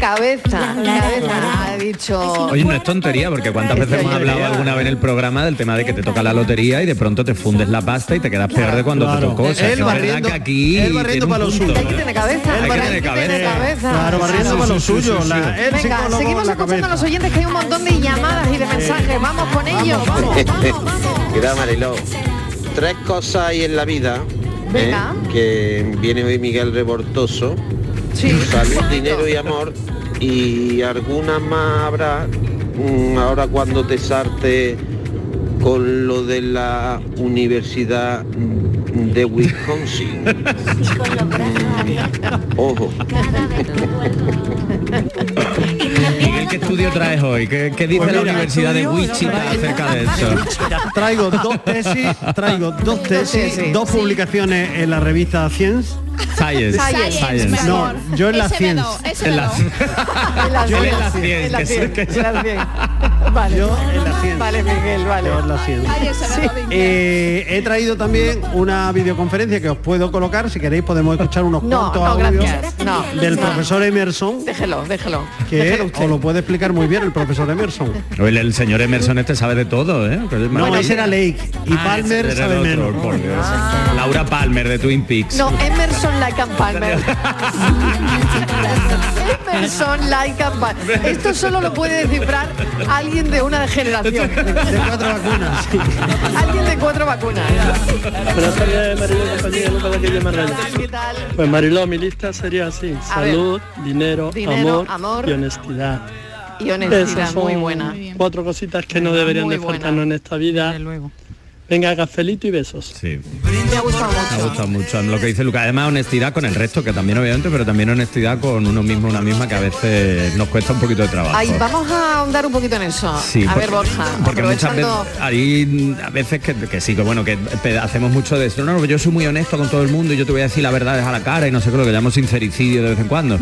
Speaker 6: cabeza, cabeza, ha dicho.
Speaker 8: Oye, no es tontería, porque cuántas veces hemos hablado alguna vez en el programa del tema de que te toca la lotería y de pronto te fundes la pasta y te quedas peor de cuando te tocó. O sea,
Speaker 5: Él
Speaker 8: que es verdad
Speaker 5: barriendo-
Speaker 8: que aquí
Speaker 5: él
Speaker 8: tiene
Speaker 5: barriendo
Speaker 8: un
Speaker 5: para lo
Speaker 8: punto.
Speaker 5: suyo.
Speaker 6: Hay que tener cabeza.
Speaker 8: Hay que tener cabeza.
Speaker 5: Claro, barriendo
Speaker 8: Sí,
Speaker 5: para
Speaker 8: sí,
Speaker 5: lo
Speaker 8: sí,
Speaker 5: suyo.
Speaker 8: sí,
Speaker 5: la-
Speaker 8: sí.
Speaker 5: el
Speaker 6: Venga,
Speaker 5: psicólogo
Speaker 6: seguimos
Speaker 5: en la
Speaker 10: (laughs)
Speaker 6: escuchando a
Speaker 5: cabeza.
Speaker 6: los oyentes que hay un montón de llamadas y de mensajes. Vamos con ello, vamos.
Speaker 10: Mira, Mariló, tres cosas hay en la vida. ¿eh?
Speaker 6: Venga.
Speaker 10: Que viene hoy Miguel Rebortoso. Salud, dinero y amor. Y alguna más habrá mm, ahora cuando te sarte con lo de la Universidad mm, de
Speaker 8: (laughs)
Speaker 10: Wisconsin. Mm, Ojo.
Speaker 8: Miguel, ¿qué estudio traes hoy? ¿Qué, qué dice
Speaker 5: Pues
Speaker 8: la Universidad de Wichita acerca
Speaker 6: (laughs)
Speaker 8: de eso?
Speaker 5: Traigo dos tesis, traigo dos tesis, dos publicaciones en la revista Science.
Speaker 8: Science. Eh, Science, Science. mi
Speaker 5: No,
Speaker 8: amor.
Speaker 5: yo en la
Speaker 8: Ese
Speaker 5: Science.
Speaker 8: me do, ese En me la- do.
Speaker 5: (laughs)
Speaker 8: Yo en la cien,
Speaker 6: En la
Speaker 8: que sé-
Speaker 6: cien,
Speaker 8: que sé-
Speaker 6: en la cien. Vale. Vale, Miguel, vale.
Speaker 5: Yo en la Science.
Speaker 6: Sí.
Speaker 5: Eh, he traído también una videoconferencia que os puedo colocar. Si queréis podemos escuchar unos
Speaker 6: No,
Speaker 5: cuantos
Speaker 6: no,
Speaker 5: audios
Speaker 6: gracias. No,
Speaker 5: del
Speaker 6: no.
Speaker 5: profesor Emerson,
Speaker 6: Déjelo, déjelo.
Speaker 5: que os lo puede explicar muy bien el profesor Emerson.
Speaker 8: El, el señor Emerson este sabe de todo, ¿eh? Pero es
Speaker 5: No,
Speaker 8: maravilla.
Speaker 5: ese era Lake y
Speaker 8: Ah,
Speaker 5: Palmer
Speaker 8: ese era
Speaker 5: sabe
Speaker 8: el otro,
Speaker 5: menos.
Speaker 8: por Dios. Laura Palmer de Twin Peaks.
Speaker 6: Ah. No, Emerson Lacan Palmer.
Speaker 5: (laughs)
Speaker 6: Emerson Lacan Palmer. Esto solo lo puede descifrar alguien de una generación. De
Speaker 5: cuatro
Speaker 14: (laughs)
Speaker 5: vacunas.
Speaker 6: Alguien de cuatro vacunas.
Speaker 14: Buenas tardes, Mariló, compañía, Lucas de aquí de Marralla. Pues Mariló, mi lista sería así.
Speaker 6: A ver.
Speaker 14: Salud, dinero,
Speaker 6: Dinero,
Speaker 14: amor,
Speaker 6: amor
Speaker 14: y honestidad.
Speaker 6: Y honestidad,
Speaker 14: Esas
Speaker 6: muy
Speaker 14: son
Speaker 6: buena.
Speaker 14: Cuatro cositas que no deberían
Speaker 6: Muy
Speaker 14: de faltarnos en esta vida. Venga, cafelito y besos.
Speaker 8: Sí.
Speaker 6: Me ha gustado
Speaker 8: Me
Speaker 6: mucho.
Speaker 8: gusta mucho lo que dice Lucas. Además, honestidad con el resto, que también obviamente, pero también honestidad con uno mismo, una misma, que a veces nos cuesta un poquito de trabajo.
Speaker 6: Ay, vamos a ahondar un poquito en eso.
Speaker 8: Sí,
Speaker 6: a
Speaker 8: porque-
Speaker 6: ver, Borja.
Speaker 8: Porque muchas veces,
Speaker 6: aprovechando-
Speaker 8: hay a veces que, que sí, que bueno, que pe- hacemos mucho de eso. No, no, yo soy muy honesto con todo el mundo y yo te voy a decir la verdad a la cara y no sé qué, lo que llamamos sincericidio de vez en cuando.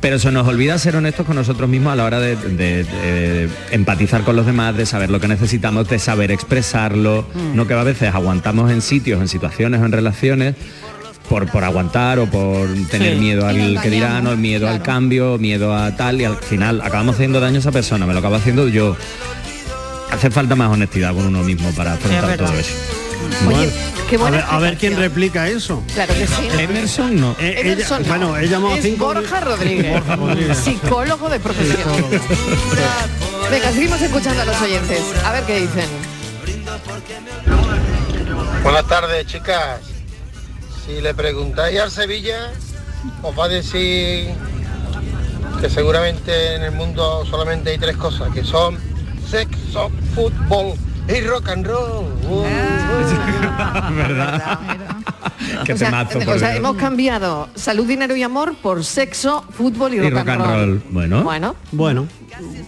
Speaker 8: Pero se nos olvida ser honestos con nosotros mismos a la hora de, de- de empatizar con los demás, de saber lo que necesitamos, de saber expresarlo. No que a veces aguantamos en sitios, en situaciones o en relaciones por, por aguantar o por tener miedo al que dirán o miedo al cambio, miedo a tal y al final acabamos haciendo daño a esa persona, me lo acabo haciendo yo. Hace falta más honestidad con uno mismo para afrontar todo eso.
Speaker 6: qué buena
Speaker 5: a, ver, a ver quién replica eso.
Speaker 6: Claro que sí.
Speaker 8: Emerson no.
Speaker 5: Eh, ella-
Speaker 6: Emerson no.
Speaker 5: bueno, he llamado
Speaker 6: Es
Speaker 5: cinco.
Speaker 6: Borja Rodríguez,
Speaker 5: Borja Rodríguez.
Speaker 6: psicólogo de profesión. Venga, seguimos escuchando a los oyentes. A ver qué dicen.
Speaker 15: Buenas tardes, chicas. Si le preguntáis al Sevilla, os va a decir que seguramente en el mundo solamente hay tres cosas, que son sexo, fútbol y rock and roll. Uh,
Speaker 8: ¿Verdad? Qué
Speaker 6: O sea,
Speaker 8: temazo,
Speaker 6: o
Speaker 8: por
Speaker 6: sea,
Speaker 8: Dios.
Speaker 6: hemos cambiado salud, dinero y amor por sexo, fútbol y,
Speaker 8: Y rock and roll. Bueno.
Speaker 6: Bueno.
Speaker 5: Bueno.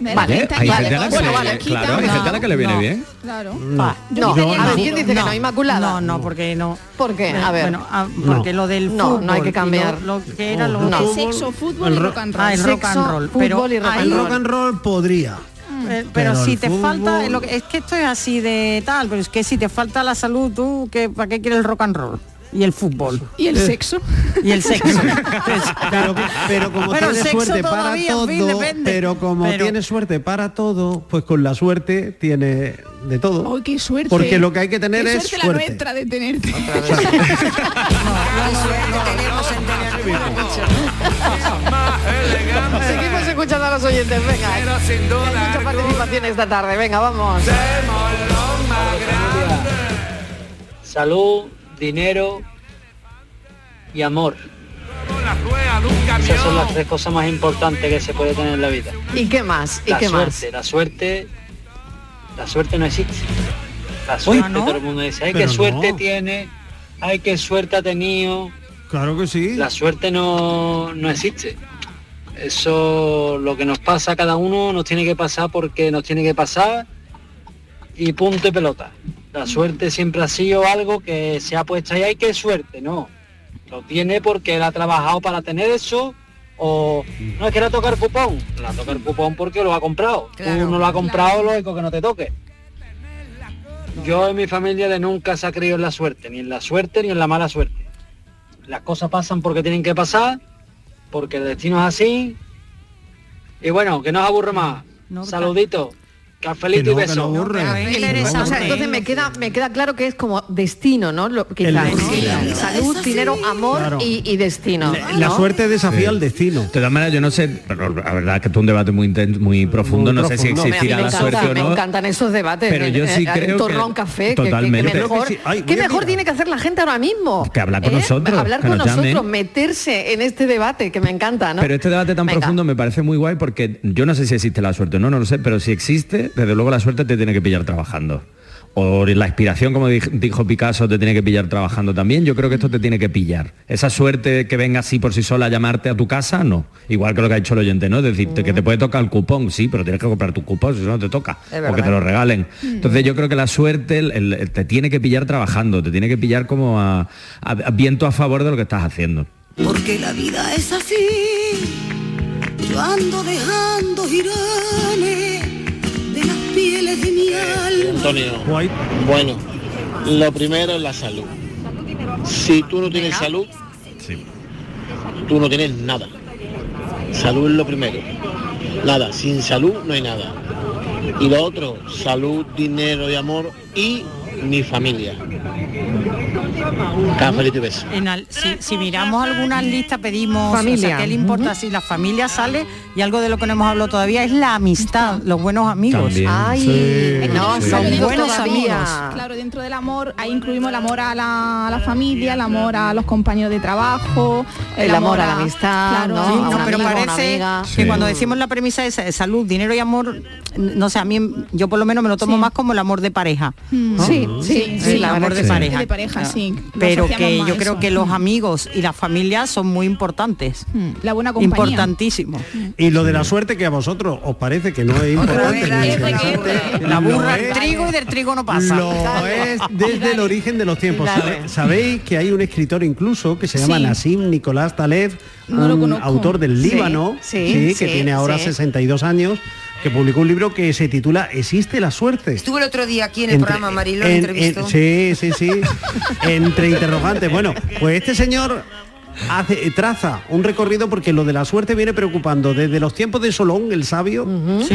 Speaker 6: Vale,
Speaker 8: ¿Eh? Hay
Speaker 6: vale,
Speaker 8: gente a la que
Speaker 6: bueno,
Speaker 8: le-
Speaker 6: vale,
Speaker 8: claro, hay
Speaker 6: quita,
Speaker 8: gente a la que le viene
Speaker 11: no.
Speaker 8: bien.
Speaker 7: Claro.
Speaker 11: Va,
Speaker 6: No,
Speaker 11: yo
Speaker 6: a ver,
Speaker 11: no.
Speaker 6: ¿quién dice que no? Inmaculada.
Speaker 11: No, no, porque no.
Speaker 6: ¿Por qué? A
Speaker 11: Eh,
Speaker 6: ver.
Speaker 11: bueno, ah, porque
Speaker 6: No.
Speaker 11: lo del
Speaker 6: No,
Speaker 11: fútbol
Speaker 6: no hay que
Speaker 11: y lo-
Speaker 6: cambiar.
Speaker 11: Lo, que era lo
Speaker 6: No.
Speaker 11: del
Speaker 6: Sexo,
Speaker 5: fútbol y Oh. El ro- rock and roll.
Speaker 11: Ah, el rock and
Speaker 5: Sexo,
Speaker 11: roll.
Speaker 5: fútbol
Speaker 11: pero
Speaker 5: y rock and
Speaker 11: ahí-
Speaker 5: roll. El rock and roll podría.
Speaker 11: Eh, Pero,
Speaker 5: Pero
Speaker 11: si
Speaker 5: el
Speaker 11: te
Speaker 5: fútbol-
Speaker 11: falta, lo que- es que esto es así de tal, pero es que si te falta la salud, tú, que ¿para qué quieres el rock and roll? Y el fútbol.
Speaker 7: ¿Y
Speaker 5: Eh.
Speaker 7: el sexo?
Speaker 11: Y el sexo.
Speaker 5: pero, Pues, pero como
Speaker 11: Bueno,
Speaker 5: tienes
Speaker 11: sexo
Speaker 5: suerte
Speaker 11: todavía,
Speaker 5: para
Speaker 11: en
Speaker 5: todo,
Speaker 11: fin, depende.
Speaker 5: pero como
Speaker 11: Pero-
Speaker 5: tienes suerte para todo, pues con la suerte tiene de todo.
Speaker 7: Ay, qué suerte.
Speaker 5: Porque lo que hay que tener
Speaker 7: Qué
Speaker 5: es
Speaker 7: suerte la
Speaker 5: suerte.
Speaker 7: nuestra de tenerte.
Speaker 6: Seguimos escuchando a los oyentes, venga. eh. Hay mucha participación esta tarde, venga, vamos.
Speaker 16: Salud, dinero y amor. Esas son las tres cosas más importantes que se puede tener en la vida.
Speaker 6: ¿Y qué más? ¿Y
Speaker 16: La
Speaker 6: qué más?
Speaker 16: suerte, la suerte, la suerte no existe. La suerte,
Speaker 5: ¿no?
Speaker 16: todo el mundo dice, ay,
Speaker 5: Pero
Speaker 16: qué suerte
Speaker 5: no.
Speaker 16: tiene, ay, qué suerte ha tenido.
Speaker 5: Claro que sí.
Speaker 16: La suerte no, no existe. Eso lo que nos pasa a cada uno nos tiene que pasar porque nos tiene que pasar y punto y pelota. La suerte siempre ha sido algo que se ha puesto ahí, ay, qué suerte, no. Lo tiene porque él ha trabajado para tener eso o no es que le toca el cupón, le toca el cupón porque lo ha comprado.
Speaker 17: Claro,
Speaker 16: Uno lo ha comprado, lógico que no te toque. Yo en mi familia de nunca se ha creído en la suerte, ni en la suerte ni en la mala suerte las cosas pasan porque tienen que pasar, porque el destino es así
Speaker 18: Y bueno, que no os aburro más. Saludito. Cafelito y beso.
Speaker 6: Ah, O sea, entonces me queda, me queda claro que es como destino, ¿no? Lo- quizás,
Speaker 5: El
Speaker 6: ¿no?
Speaker 5: destino.
Speaker 6: Salud, dinero, amor
Speaker 5: Claro.
Speaker 6: y, y destino.
Speaker 5: La
Speaker 6: Ah, ¿no?
Speaker 5: suerte desafía al destino.
Speaker 8: De todas maneras, yo no sé, pero la verdad es que esto es un debate muy inten- muy profundo, no sé si
Speaker 6: Hombre, a mí
Speaker 8: existirá
Speaker 6: me
Speaker 8: la
Speaker 6: encanta,
Speaker 8: suerte o
Speaker 6: Me
Speaker 8: no.
Speaker 6: encantan esos debates.
Speaker 8: Pero yo sí creo que-
Speaker 6: torrón café. que- que- que
Speaker 8: Totalmente. Creo que
Speaker 6: mejor,
Speaker 8: sí. Ay, voy
Speaker 6: ¿Qué
Speaker 8: a
Speaker 6: mejor tiene que hacer la gente ahora mismo?
Speaker 8: Que hablar con nosotros,
Speaker 6: Eh, Hablar
Speaker 8: que
Speaker 6: con
Speaker 8: nos llamen.
Speaker 6: nosotros, meterse en este debate que me encanta, ¿no?
Speaker 8: Pero este debate tan
Speaker 6: Venga.
Speaker 8: profundo me parece muy guay porque yo no sé si existe la suerte o no, no lo sé, pero si existe, desde luego la suerte te tiene que pillar trabajando. O la inspiración, como dij- dijo Picasso, te tiene que pillar trabajando también. Yo creo que esto te tiene que pillar. Esa suerte que venga así por sí sola a llamarte a tu casa, no. Igual que lo que ha dicho el oyente, ¿no? Decirte que te puede tocar el cupón, sí, pero tienes que comprar tu cupón, si no no te toca.
Speaker 19: Es
Speaker 8: O que
Speaker 19: verdad.
Speaker 8: te lo regalen. Entonces yo creo que la suerte el- el- te tiene que pillar trabajando, te tiene que pillar como a- a- a viento a favor de lo que estás haciendo.
Speaker 20: Porque la vida es así. Yo ando dejando giranes de las pieles de mi alma.
Speaker 19: Antonio. Bueno, lo primero es la salud. Si tú no tienes salud, tú no tienes nada. Salud es lo primero. Nada, sin salud no hay nada. Y lo otro, salud, dinero y amor y mi familia. Cafelito y
Speaker 11: (laughs)
Speaker 19: beso.
Speaker 11: En al- si, si miramos algunas listas pedimos
Speaker 20: Familia.
Speaker 11: o sea, ¿qué le importa si la familia sale y algo de lo que no hemos hablado todavía es la amistad los buenos amigos
Speaker 20: También,
Speaker 6: Ay, sí, no, sí.
Speaker 11: son
Speaker 6: amigos
Speaker 11: buenos
Speaker 6: todavía.
Speaker 11: amigos
Speaker 7: Claro, dentro del amor, ahí incluimos el amor a la, a la familia, el amor a los compañeros de trabajo,
Speaker 6: El amor a la amistad,
Speaker 11: Claro,
Speaker 6: ¿no?
Speaker 11: sí,
Speaker 6: A un
Speaker 11: no, pero
Speaker 6: amigo, a una
Speaker 11: parece
Speaker 6: amiga.
Speaker 11: que
Speaker 6: Sí.
Speaker 11: cuando decimos la premisa esa de salud, dinero y amor, no sé, a mí yo por lo menos me lo tomo más como el amor de pareja.
Speaker 7: Mm.
Speaker 11: ¿no?
Speaker 7: Sí, sí, sí,
Speaker 11: el
Speaker 7: la
Speaker 11: amor
Speaker 7: verdad
Speaker 11: de
Speaker 7: que sí.
Speaker 11: pareja.
Speaker 7: De pareja, sí. Nos
Speaker 11: Pero
Speaker 7: asociamos
Speaker 11: que
Speaker 7: más
Speaker 11: yo
Speaker 7: a
Speaker 11: creo
Speaker 7: eso. Mm.
Speaker 11: que los amigos y la familia son muy importantes.
Speaker 7: La buena compañía. Mm.
Speaker 11: Importantísimo.
Speaker 5: Y lo de la suerte que a vosotros os parece que no es importante.
Speaker 11: La
Speaker 5: Lo
Speaker 20: eh,
Speaker 11: burra el
Speaker 5: es-
Speaker 11: trigo y del trigo no pasa.
Speaker 5: Lo es desde el origen de los tiempos.
Speaker 11: Dale.
Speaker 5: Sabe- Sabéis que hay un escritor incluso que se llama
Speaker 11: Sí.
Speaker 5: Nassim Nicolás Taleb,
Speaker 11: No lo
Speaker 5: un
Speaker 11: conozco.
Speaker 5: autor del
Speaker 11: Sí,
Speaker 5: Líbano,
Speaker 11: sí,
Speaker 5: que
Speaker 11: sí,
Speaker 5: tiene ahora
Speaker 11: sí.
Speaker 5: 62 años, que publicó un libro que se titula ¿Existe la suerte?
Speaker 9: Estuve el otro día aquí en el
Speaker 5: Entre-
Speaker 9: programa Mariló,
Speaker 5: en-
Speaker 9: entrevistó.
Speaker 5: en- sí, sí, sí. entre interrogantes. Bueno, pues este señor hace, traza un recorrido porque lo de la suerte viene preocupando desde los tiempos de Solón, el sabio,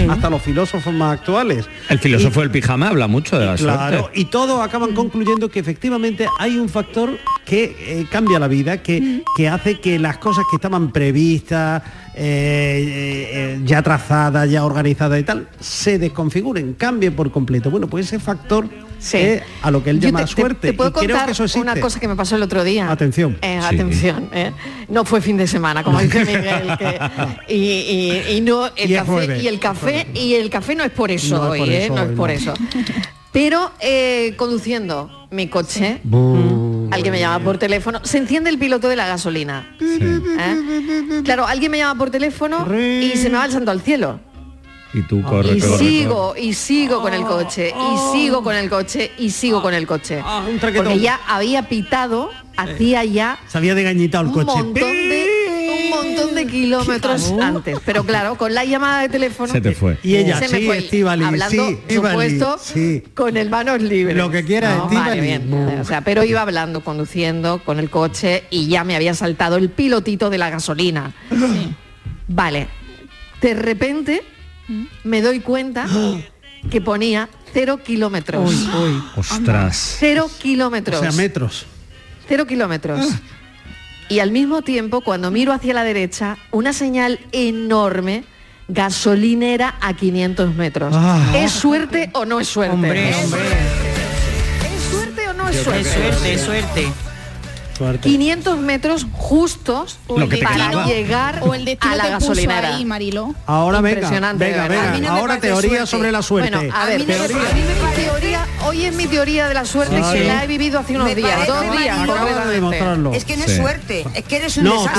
Speaker 5: hasta los filósofos más actuales.
Speaker 8: El filósofo del pijama habla mucho de la
Speaker 5: Claro,
Speaker 8: suerte.
Speaker 5: y todos acaban concluyendo que efectivamente hay un factor que eh, cambia la vida,
Speaker 6: Mm.
Speaker 5: que, que hace que las cosas que estaban previstas, eh, eh, eh, ya trazadas, ya organizadas y tal, se desconfiguren, cambien por completo. Bueno, pues ese factor es a lo que él
Speaker 6: Yo
Speaker 5: llama
Speaker 6: te- te-
Speaker 5: suerte.
Speaker 6: Te, puedo
Speaker 5: y creo
Speaker 6: contar
Speaker 5: que eso existe.
Speaker 6: una cosa que me pasó el otro día.
Speaker 5: Atención.
Speaker 6: Eh,
Speaker 5: Sí.
Speaker 6: Atención. eh. No fue fin de semana, como dice Miguel. que- y, y- y no el
Speaker 2: Y es
Speaker 6: café
Speaker 2: jueves.
Speaker 6: y el café y el café no es por eso
Speaker 2: No es
Speaker 6: hoy,
Speaker 2: por
Speaker 6: eh,
Speaker 2: eso
Speaker 6: no es
Speaker 2: hoy,
Speaker 6: por
Speaker 2: no.
Speaker 6: eso. Pero eh, conduciendo mi coche, alguien me llama por teléfono, se enciende el piloto de la gasolina. ¿eh? Claro, alguien me llama por teléfono y se me va el santo al cielo.
Speaker 8: Y tú corre,
Speaker 6: y
Speaker 8: corre, corre.
Speaker 6: sigo, y sigo
Speaker 2: Oh,
Speaker 6: con el coche, y sigo con el coche, y sigo con el coche.
Speaker 2: Ah,
Speaker 6: Porque ya había pitado, hacía ya
Speaker 5: (laughs) Se había degañitado el
Speaker 6: un
Speaker 5: coche.
Speaker 6: montón de, un montón de kilómetros antes. Pero claro, con la llamada de teléfono.
Speaker 5: Ah. Se te fue. Y ella,
Speaker 6: se me
Speaker 5: sí,
Speaker 6: fue.
Speaker 5: Estíbaliz,
Speaker 6: Hablando,
Speaker 5: sí,
Speaker 6: por supuesto,
Speaker 5: Estíbaliz, sí.
Speaker 6: con el manos libres.
Speaker 5: Lo que quiera,
Speaker 6: No,
Speaker 5: Estíbaliz.
Speaker 6: vale, bien. O sea, pero iba hablando, conduciendo con el coche y ya me había saltado el pilotito de la gasolina. Vale. De repente
Speaker 5: Mm.
Speaker 6: me
Speaker 5: (gasps)
Speaker 6: doy cuenta que ponía cero kilómetros.
Speaker 8: Ostras.
Speaker 6: Cero kilómetros.
Speaker 5: O sea, metros.
Speaker 6: Cero kilómetros. Y al mismo tiempo, cuando miro hacia la derecha, una señal enorme, gasolinera a 500 metros.
Speaker 2: Ah.
Speaker 6: ¿Es suerte o no es suerte?
Speaker 11: Hombre,
Speaker 6: ¿Es
Speaker 11: hombre.
Speaker 6: suerte o no es
Speaker 11: Es
Speaker 6: suerte?
Speaker 11: suerte, es suerte.
Speaker 6: 500 metros justos
Speaker 11: Lo que te
Speaker 6: para
Speaker 11: quedaba.
Speaker 6: llegar
Speaker 7: o el destino
Speaker 6: a la
Speaker 7: te puso
Speaker 6: gasolinera.
Speaker 7: ahí, Marilo.
Speaker 5: Ahora venga,
Speaker 6: Impresionante,
Speaker 5: venga,
Speaker 6: de verdad.
Speaker 5: venga.
Speaker 6: A mí no me
Speaker 5: Ahora
Speaker 6: parece
Speaker 5: teoría
Speaker 6: suerte.
Speaker 5: sobre la suerte.
Speaker 6: Bueno, a ver,
Speaker 5: Teoría.
Speaker 6: teoría. teoría, hoy es mi teoría de la suerte
Speaker 5: Claro.
Speaker 6: que la he vivido hace unos
Speaker 5: Me
Speaker 6: días,
Speaker 5: parece
Speaker 6: dos días.
Speaker 5: maravilloso.
Speaker 6: completamente.
Speaker 5: Acabas de demostrarlo. Es que no es Sí. suerte,
Speaker 9: es que eres
Speaker 5: No, tú,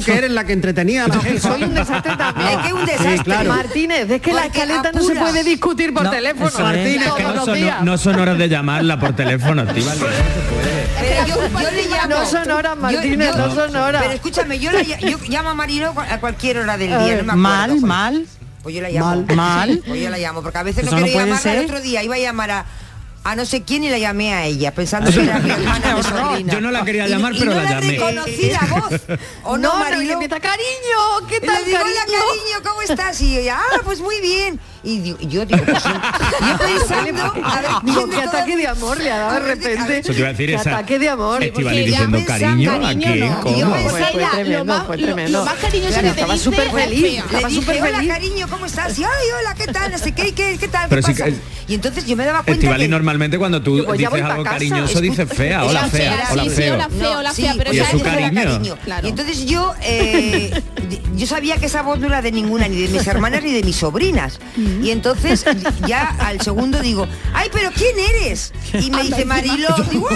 Speaker 5: tú que eres la que entretenía a la jefa.
Speaker 6: Soy un desastre también.
Speaker 5: Es que es un desastre. Sí, claro.
Speaker 6: Martínez, es que la
Speaker 9: Porque
Speaker 6: escaleta no se
Speaker 9: apuras.
Speaker 6: puede discutir por
Speaker 8: No,
Speaker 6: teléfono.
Speaker 8: eso es. Que
Speaker 6: Todos
Speaker 8: no,
Speaker 6: los
Speaker 8: son,
Speaker 6: días.
Speaker 8: no son horas de llamarla por (laughs) teléfono, Estíbaliz.
Speaker 9: Pero yo, yo le llamo.
Speaker 6: No son horas,
Speaker 9: Yo-
Speaker 6: Martínez,
Speaker 9: yo-
Speaker 6: no son horas.
Speaker 9: Pero escúchame, yo, la ll- yo llamo a Marilo a cualquier hora del
Speaker 11: A
Speaker 9: día,
Speaker 11: ver,
Speaker 9: no me acuerdo.
Speaker 11: mal,
Speaker 9: cuál.
Speaker 11: mal.
Speaker 9: Pues yo la llamo.
Speaker 11: Mal, mal.
Speaker 9: Pues yo la llamo, porque a veces
Speaker 11: Eso
Speaker 9: no
Speaker 11: no
Speaker 9: quiero
Speaker 11: puede
Speaker 9: llamarla. El
Speaker 11: ser.
Speaker 9: otro día iba a llamar a, a no sé quién y la llamé a ella, pensando que
Speaker 8: (laughs)
Speaker 9: era mi hermana de sobrina.
Speaker 8: Yo no la quería
Speaker 9: Y-
Speaker 8: llamar,
Speaker 9: y
Speaker 8: pero
Speaker 9: no
Speaker 8: la
Speaker 9: la
Speaker 8: llamé. Eh,
Speaker 9: reconocí la
Speaker 8: (laughs)
Speaker 9: voz. ¿O no,
Speaker 6: No, no, y
Speaker 9: Mariló?
Speaker 6: le empieza, "Cariño, ¿qué
Speaker 9: Y
Speaker 6: tal,
Speaker 9: le digo, "Hola,
Speaker 6: cariño?"
Speaker 9: cariño, ¿cómo estás? Y ella, ah, pues muy bien. Y digo- yo digo, pues sí. yo pensando, a ver,
Speaker 6: Digo,
Speaker 9: ¿quién de
Speaker 6: qué
Speaker 9: todas-
Speaker 6: ataque de amor le ha dado de repente.
Speaker 8: Eso te iba a decir
Speaker 6: Qué
Speaker 8: esa.
Speaker 6: ataque de amor.
Speaker 8: Estivali diciendo cariño, ¿a quién? ¿Cómo?
Speaker 6: Fue, fue tremendo, fue tremendo. Claro, estaba súper feliz,
Speaker 9: Le
Speaker 6: estaba súper
Speaker 9: dije, hola
Speaker 6: feliz.
Speaker 9: cariño, ¿cómo estás? Y ay, hola, ¿qué tal? No sé qué, qué, qué tal,
Speaker 8: Pero
Speaker 9: ¿qué
Speaker 8: sí
Speaker 9: pasa?
Speaker 8: que-
Speaker 9: Y entonces yo me daba cuenta
Speaker 8: Estivali
Speaker 9: que-
Speaker 8: normalmente cuando tú
Speaker 9: Digo, ya
Speaker 8: dices
Speaker 9: voy pa'
Speaker 8: algo
Speaker 9: casa.
Speaker 8: cariñoso dices fea, hola
Speaker 9: Era
Speaker 8: fea, hola
Speaker 9: sí, sí,
Speaker 8: feo.
Speaker 9: feo,
Speaker 7: hola fea, pero
Speaker 8: Y
Speaker 7: esa
Speaker 8: es su
Speaker 7: era
Speaker 8: cariño.
Speaker 9: Y entonces yo, eh, (laughs) di- yo sabía que esa voz no era de ninguna, ni de mis hermanas ni de mis sobrinas. Y entonces ya al segundo digo, ay, pero ¿quién eres? Y (laughs) me dice Mariló, digo,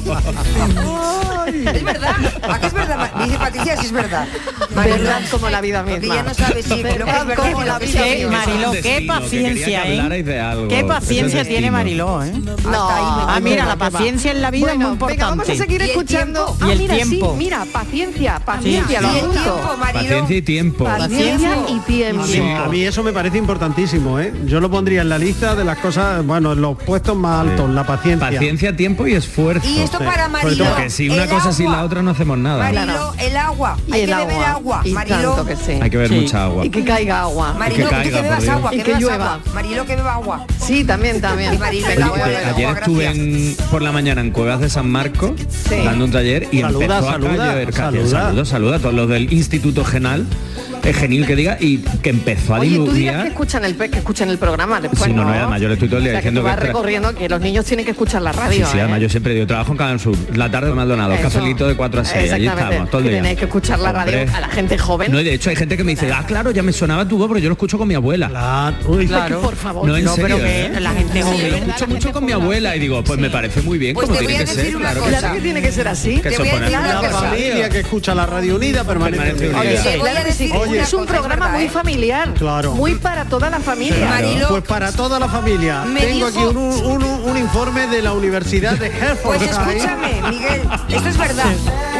Speaker 9: (laughs) "Ay". Es verdad, ¿a qué es verdad? Ma- Me dice Patricia, sí es verdad.
Speaker 6: Verdad como la vida misma.
Speaker 9: Porque ya no sabes si lo que es verdad
Speaker 6: Como
Speaker 9: y lo
Speaker 6: la
Speaker 9: que
Speaker 6: vida
Speaker 9: es
Speaker 6: misma.
Speaker 11: Mariló,
Speaker 8: Es un destino,
Speaker 11: qué
Speaker 8: que quería
Speaker 11: paciencia,
Speaker 8: que
Speaker 11: ¿eh?
Speaker 8: hablarais de algo.
Speaker 11: Qué
Speaker 8: Eso es
Speaker 11: paciencia tiene
Speaker 8: destino.
Speaker 11: Mariló, ¿eh?
Speaker 6: No,
Speaker 11: ah, mira, la
Speaker 6: qué va.
Speaker 11: paciencia en la vida
Speaker 6: Bueno,
Speaker 11: es muy importante.
Speaker 6: Venga, vamos a seguir escuchando.
Speaker 11: Y
Speaker 6: Ah,
Speaker 11: el
Speaker 6: mira,
Speaker 11: tiempo.
Speaker 6: sí, mira, paciencia, paciencia, lo
Speaker 11: Sí,
Speaker 6: apunto.
Speaker 8: Paciencia y tiempo.
Speaker 6: Paciencia y tiempo.
Speaker 5: A mí, a mí eso me parece importantísimo, ¿eh? Yo lo pondría en la lista de las cosas, bueno, en los puestos más altos, la paciencia.
Speaker 8: Paciencia, tiempo y esfuerzo.
Speaker 9: Y esto para
Speaker 8: Sobre
Speaker 9: Mariló,
Speaker 8: todo Porque si
Speaker 9: el
Speaker 8: una cosa sin
Speaker 9: agua.
Speaker 8: la otra no hacemos nada.
Speaker 9: Mariló, el agua,
Speaker 6: Y
Speaker 9: hay
Speaker 6: el
Speaker 9: que beber
Speaker 6: agua.
Speaker 9: agua,
Speaker 6: Y
Speaker 9: Mariló.
Speaker 6: tanto que sí.
Speaker 8: Hay que beber
Speaker 6: Sí.
Speaker 8: mucha agua.
Speaker 6: Y que caiga agua.
Speaker 9: Mariló,
Speaker 8: que
Speaker 9: que tú
Speaker 8: caiga,
Speaker 9: que
Speaker 8: por
Speaker 9: bebas
Speaker 8: Dios.
Speaker 9: agua,
Speaker 6: Y
Speaker 9: que
Speaker 6: que
Speaker 9: bebas
Speaker 6: llueva.
Speaker 9: agua. Mariló, que beba agua.
Speaker 6: Sí, también, también. Mariló,
Speaker 8: Oye, eh, ayer estuve en- por la mañana en Cuevas de San Marco
Speaker 6: Sí.
Speaker 8: dando un taller y
Speaker 5: Saluda,
Speaker 8: empezó a
Speaker 5: saluda,
Speaker 8: caer-
Speaker 5: saluda.
Speaker 8: saluda, saluda a todos los del Instituto Genal, es genil que diga, y que empezó a
Speaker 6: Oye, tú dirás que
Speaker 8: diluviar.
Speaker 6: escuchan el pe- que escuchan el programa después.
Speaker 8: si no, no, además yo le estoy todo el
Speaker 6: O
Speaker 8: día
Speaker 6: sea, que
Speaker 8: diciendo
Speaker 6: tú
Speaker 8: que...
Speaker 6: vas
Speaker 8: tra-
Speaker 6: recorriendo que los niños tienen que escuchar la
Speaker 8: Sí,
Speaker 6: radio.
Speaker 8: sí,
Speaker 6: ¿eh?
Speaker 8: además yo siempre digo, trabajo en Canal Sur, la tarde de Maldonado,
Speaker 6: Eso.
Speaker 8: cafelito de 4 a 6, allí
Speaker 6: Exactamente.
Speaker 8: estamos, todo el
Speaker 6: Que
Speaker 8: día.
Speaker 6: Tenéis que escuchar la radio
Speaker 8: Hombre.
Speaker 6: a la gente joven.
Speaker 8: No, y de hecho hay gente que me dice, ah, claro, ya me sonaba tu voz, pero yo lo escucho con mi abuela.
Speaker 6: Claro. Por favor.
Speaker 8: No, en
Speaker 6: No, pero
Speaker 8: serio,
Speaker 6: que
Speaker 8: ¿eh?
Speaker 6: la gente
Speaker 8: Sí,
Speaker 6: joven.
Speaker 8: Yo lo escucho mucho con mi abuela y digo, pues me parece muy bien, como tiene que ser, claro que
Speaker 6: Claro que
Speaker 8: sí.
Speaker 6: tiene que ser así.
Speaker 8: Que Te voy a soponen. decir una
Speaker 5: La
Speaker 8: cosa.
Speaker 5: familia que escucha la Radio Unida permanece
Speaker 8: Permanece
Speaker 5: unida.
Speaker 8: unida. Oye,
Speaker 6: Claro que sí.
Speaker 5: Oye,
Speaker 6: es un programa
Speaker 8: ¿eh?
Speaker 6: muy familiar,
Speaker 5: Claro.
Speaker 6: muy para toda la familia.
Speaker 5: Pues para toda la familia.
Speaker 6: Me
Speaker 5: Tengo
Speaker 6: dijo-
Speaker 5: aquí un, un- un informe de la Universidad de Hereford.
Speaker 9: Pues escúchame, Miguel, esto es verdad.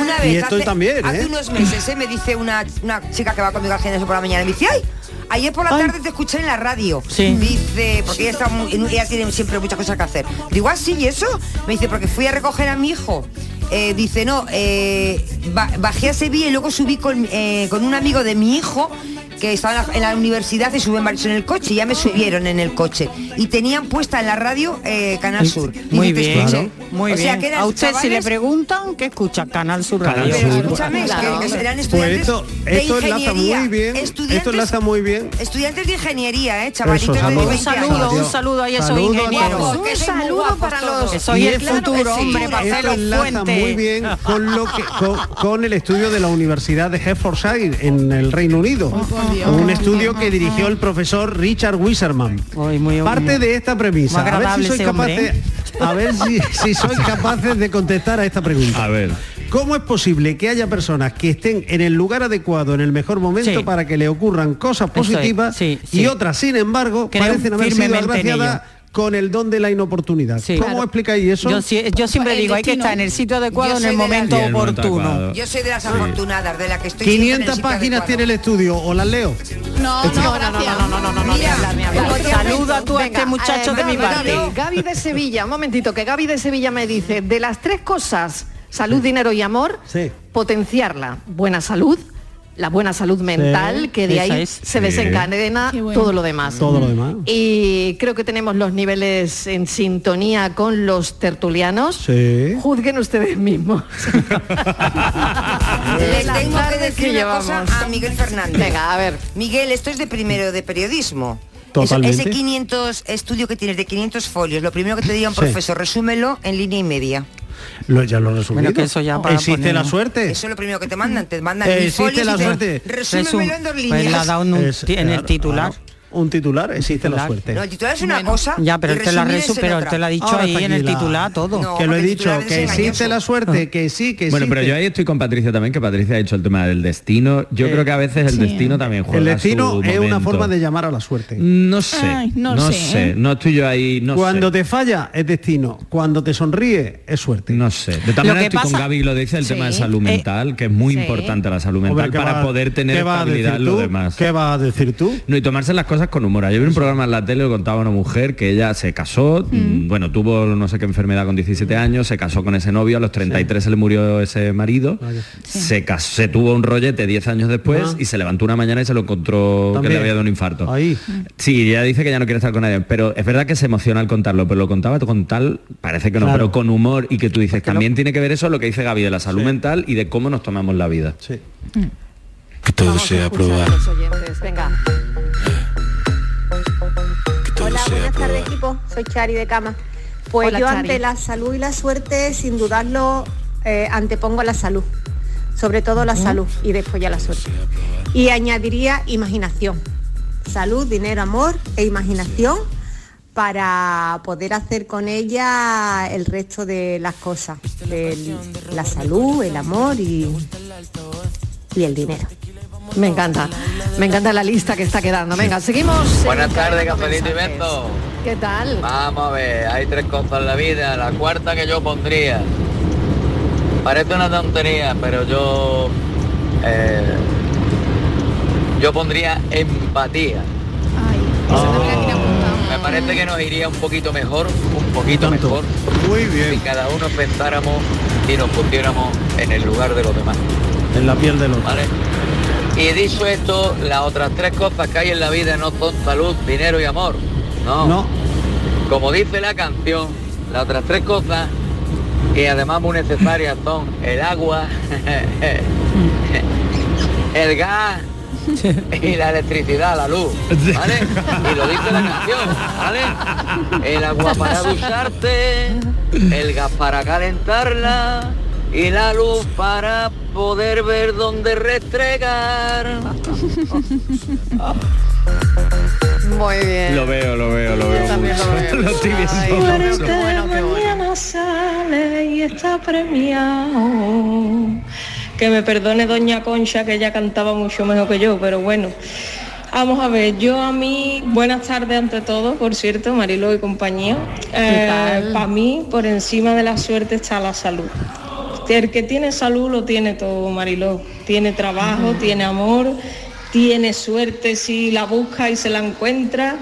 Speaker 9: Una vez,
Speaker 5: Y estoy
Speaker 9: hace,
Speaker 5: también,
Speaker 9: hace
Speaker 5: ¿eh?
Speaker 9: unos meses, ¿eh? me dice una, una chica que va conmigo al gimnasio por la mañana, me dice, ay, ayer por la tarde te escuché en la radio.
Speaker 11: Sí.
Speaker 9: Dice, porque ella, está muy- ella tiene siempre muchas cosas que hacer. Digo, ah, sí, ¿y eso? Me dice, porque fui a recoger a mi hijo. Eh, dice, no, eh, ba- bajé a Sevilla y luego subí con, eh, con un amigo de mi hijo que estaba en la, en la universidad y suben varios en el coche, y ya me subieron en el coche. Y tenían puesta en la radio eh, Canal Sur. Dice, "Te
Speaker 11: Muy bien,
Speaker 9: escuché".
Speaker 11: muy
Speaker 9: O sea,
Speaker 11: bien.
Speaker 9: que eran
Speaker 11: a usted si le
Speaker 9: chavales-
Speaker 11: preguntan, ¿qué escucha? Canal Sur
Speaker 9: Canal
Speaker 11: Radio.
Speaker 9: Pero Sur. escúchame, es que eran estudiantes
Speaker 5: Pues esto,
Speaker 9: de
Speaker 5: esto enlaza
Speaker 9: ingeniería,
Speaker 5: muy bien.
Speaker 9: estudiantes-
Speaker 5: Esto enlaza muy bien.
Speaker 9: Estudiantes de ingeniería, ¿eh? Chavalitos
Speaker 5: Eso,
Speaker 9: de
Speaker 5: saludos.
Speaker 9: 20 años.
Speaker 5: Un saludo, un
Speaker 11: saludo ahí a esos
Speaker 5: Saludo a
Speaker 11: ingenieros.
Speaker 5: todos.
Speaker 9: Que
Speaker 11: Un
Speaker 9: sois muy
Speaker 11: saludo
Speaker 9: guapos
Speaker 11: para
Speaker 9: todos.
Speaker 11: los- Soy
Speaker 5: Y
Speaker 11: el
Speaker 5: esto-
Speaker 11: futuro, hombre, Marcelo
Speaker 5: Esto enlaza
Speaker 11: Fuente.
Speaker 5: muy bien con lo que con, con el estudio de la Universidad de Hertfordshire en el Reino Unido. un estudio que dirigió el profesor Richard Wiserman. Parte de esta premisa.
Speaker 11: Muy
Speaker 5: A ver si
Speaker 11: agradable
Speaker 5: sois
Speaker 11: ese hombre,
Speaker 5: capaces,
Speaker 11: ¿eh?
Speaker 5: a ver si, si sois capaces de contestar a esta pregunta.
Speaker 8: A ver.
Speaker 5: ¿Cómo es posible que haya personas que estén en el lugar adecuado, en el mejor momento,
Speaker 11: Sí.
Speaker 5: para que le ocurran cosas
Speaker 11: Eso es,
Speaker 5: positivas
Speaker 11: sí,
Speaker 5: y
Speaker 11: sí.
Speaker 5: otras, sin embargo,
Speaker 11: Creo
Speaker 5: parecen haber sido
Speaker 11: firmemente en
Speaker 5: agraciadas con el don de la inoportunidad? ¿Cómo
Speaker 11: Claro.
Speaker 5: explicáis eso?
Speaker 11: Yo, si- yo siempre
Speaker 9: El
Speaker 11: digo, hay que
Speaker 9: destino.
Speaker 11: estar en el sitio adecuado
Speaker 9: Yo
Speaker 11: en
Speaker 9: soy
Speaker 11: el
Speaker 9: de la-
Speaker 11: momento
Speaker 5: Y el momento
Speaker 11: oportuno.
Speaker 5: adecuado.
Speaker 9: Yo soy de las
Speaker 5: Sí.
Speaker 9: afortunadas, de la que estoy siempre en el
Speaker 5: 500
Speaker 9: sitio
Speaker 5: páginas
Speaker 9: adecuado.
Speaker 5: tiene el estudio, o las leo.
Speaker 7: No, no, no, no, no, no, no, no, no,
Speaker 6: Mira,
Speaker 11: Saluda tú a este muchacho de mi parte.
Speaker 6: eh, Gaby, Gaby de Sevilla, un momentito, que Gaby de Sevilla me dice, de las tres cosas, salud, dinero y amor,
Speaker 5: Sí.
Speaker 6: potenciar la buena salud, la buena salud mental,
Speaker 5: Sí,
Speaker 6: que de
Speaker 5: esa
Speaker 6: ahí
Speaker 5: es.
Speaker 6: se
Speaker 5: Sí.
Speaker 6: desencadena todo lo demás.
Speaker 5: Todo lo demás.
Speaker 6: Y creo que tenemos los niveles en sintonía con los tertulianos.
Speaker 5: Sí.
Speaker 6: Juzguen ustedes mismos.
Speaker 9: Les tengo que decir
Speaker 6: que
Speaker 9: una cosa
Speaker 6: llevamos.
Speaker 9: a Miguel Fernández.
Speaker 6: Venga, a ver.
Speaker 9: Miguel, esto es de primero de periodismo.
Speaker 5: Totalmente.
Speaker 9: Ese 500 estudio que tienes de 500 folios, lo primero que te diga un
Speaker 5: Sí.
Speaker 9: profesor, resúmelo en línea y media.
Speaker 5: Lo- ya lo he resumido.
Speaker 11: Bueno, que eso ya para
Speaker 5: Existe
Speaker 11: ponerlo.
Speaker 5: la suerte.
Speaker 9: Eso es lo primero que te mandan, te mandan
Speaker 5: Eh,
Speaker 9: mil
Speaker 5: existe
Speaker 9: folios
Speaker 5: la
Speaker 9: y te-
Speaker 5: suerte.
Speaker 9: resúmelo en dos
Speaker 11: Pues
Speaker 9: líneas.
Speaker 11: le ha dado un-
Speaker 5: Es-
Speaker 11: ti- en el
Speaker 5: claro,
Speaker 11: titular.
Speaker 5: claro. Un titular, existe la suerte.
Speaker 9: No, el titular es una cosa.
Speaker 11: Ya, pero
Speaker 9: Ah, y
Speaker 11: él te lo ha
Speaker 9: resumir es
Speaker 11: resu-
Speaker 9: en
Speaker 11: pero él
Speaker 9: otra.
Speaker 11: te lo ha dicho
Speaker 5: Ahora
Speaker 11: ahí
Speaker 5: está
Speaker 11: en
Speaker 5: aquí
Speaker 11: el
Speaker 5: la-
Speaker 11: titular todo.
Speaker 9: No,
Speaker 5: que lo he
Speaker 9: porque el
Speaker 5: dicho,
Speaker 9: titular es
Speaker 5: que existe
Speaker 9: engañoso.
Speaker 5: la suerte, que sí, que
Speaker 8: Bueno,
Speaker 5: existe.
Speaker 8: pero yo ahí estoy con Patricia también, que Patricia ha dicho el tema del destino. Yo
Speaker 5: Eh,
Speaker 8: creo que a veces el destino también juega
Speaker 5: El
Speaker 8: su
Speaker 5: destino es una
Speaker 8: momento.
Speaker 5: forma de llamar a la suerte.
Speaker 8: No sé,
Speaker 7: Ay,
Speaker 8: no,
Speaker 7: no
Speaker 8: sé,
Speaker 7: sé, ¿eh?
Speaker 8: no estoy yo ahí, no
Speaker 5: Cuando
Speaker 8: sé.
Speaker 5: te falla es destino, cuando te sonríe es suerte.
Speaker 8: No sé. De tal
Speaker 11: Lo
Speaker 8: manera
Speaker 11: que
Speaker 8: estoy con
Speaker 11: pasa-
Speaker 8: Gaby y lo dice el tema de
Speaker 11: Sí.
Speaker 8: salud
Speaker 11: Eh,
Speaker 8: mental, que es muy
Speaker 11: sí.
Speaker 8: importante la salud mental
Speaker 5: Hombre, ¿qué
Speaker 8: para
Speaker 5: va-
Speaker 8: poder tener
Speaker 5: qué vas a
Speaker 8: estabilidad
Speaker 5: decir
Speaker 8: en lo
Speaker 5: tú?
Speaker 8: demás.
Speaker 5: ¿Qué vas a decir tú?
Speaker 8: No, y tomarse las cosas palabras con humor. Ayer vi un programa en la tele que contaba una mujer que ella se casó, mm, bueno, tuvo no sé qué enfermedad con 17
Speaker 5: Mm.
Speaker 8: años, se casó con ese novio, a los 33 se le murió ese marido, se, casó, se tuvo un rollete 10 años después
Speaker 5: Ah.
Speaker 8: y se levantó una mañana y se lo encontró que
Speaker 5: También.
Speaker 8: le había dado un infarto.
Speaker 5: Ahí.
Speaker 8: Sí, ella dice que ya no quiere estar con nadie, pero es verdad que se emociona al contarlo, pero lo contaba con tal, parece que no,
Speaker 5: Claro.
Speaker 8: pero con humor y que tú dices, también tiene que ver eso lo que dice Gaby de la salud mental y de cómo nos tomamos la vida.
Speaker 21: Que todo sea probar.
Speaker 11: Los oyentes, venga.
Speaker 21: Hola,
Speaker 11: buenas tardes equipo, soy Chari de Cama. Pues
Speaker 7: Hola,
Speaker 11: yo
Speaker 7: Chari.
Speaker 11: ante la salud y la suerte, sin dudarlo, eh, antepongo la salud, sobre todo la salud y después ya la suerte. Y añadiría imaginación, salud, dinero, amor e imaginación para poder hacer con ella el resto de las cosas, del- la salud, el amor y, y el dinero.
Speaker 6: Me encanta, me encanta la lista que está quedando. Venga, seguimos.
Speaker 22: Buenas tardes, Cafelito y Beto.
Speaker 6: ¿Qué tal?
Speaker 22: Vamos a ver, hay tres cosas en la vida. La cuarta que yo pondría. Parece una tontería, pero yo. eh, yo pondría empatía. Oh. Me parece que nos iría un poquito mejor, un poquito mejor. Muy bien. Si cada uno pensáramos y nos pusiéramos en el lugar de los demás.
Speaker 5: En la piel del otro.
Speaker 22: ¿vale? Y dicho esto, las otras tres cosas que hay en la vida no son salud, dinero y amor. No. Como dice la canción, las otras tres cosas que además muy necesarias son el agua, (laughs) el gas y la electricidad, la luz. ¿Vale? Y lo dice la canción, ¿vale? El agua para ducharte, el gas para calentarla y la luz para poder ver dónde restregar.
Speaker 6: Muy bien.
Speaker 8: Lo veo, lo veo, lo veo.
Speaker 6: también lo
Speaker 8: mucho. (laughs)
Speaker 6: veo.
Speaker 8: Lo estoy viendo.
Speaker 6: Ay,
Speaker 8: Lo
Speaker 6: qué
Speaker 8: veo.
Speaker 6: bueno, qué bueno.
Speaker 23: mañana sale y está premiado. Que me perdone doña Concha, que ella cantaba mucho mejor que yo, pero bueno. Vamos a ver, yo a mí, buenas tardes ante todo, por cierto, Marilo y compañía.
Speaker 6: tal?
Speaker 23: Para mí, por encima de la suerte está la salud. El que tiene salud lo tiene todo, Mariló. Tiene trabajo, tiene amor, tiene suerte si la busca y se la encuentra.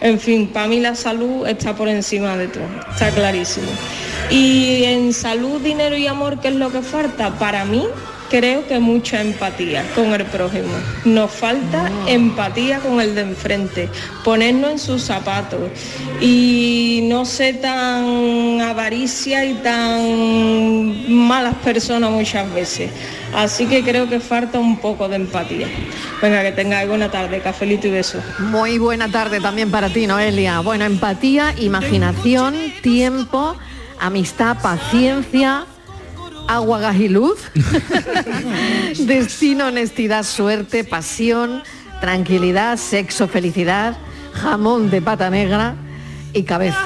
Speaker 23: En fin, para mí la salud está por encima de todo, está clarísimo. Y en salud, dinero y amor, ¿qué es lo que falta? Para mí creo que mucha empatía con el prójimo. Nos falta empatía con el de enfrente, ponernos en sus zapatos y no ser tan avaricia y tan malas personas muchas veces. Así que creo que falta un poco de empatía. Venga, que tengáis buena tarde, cafelito y besos.
Speaker 6: Muy buena tarde también para ti, Noelia. Bueno, empatía, imaginación, tiempo, amistad, paciencia, agua, gas y luz, destino, honestidad, suerte, pasión, tranquilidad, sexo, felicidad, jamón de pata negra y cabeza,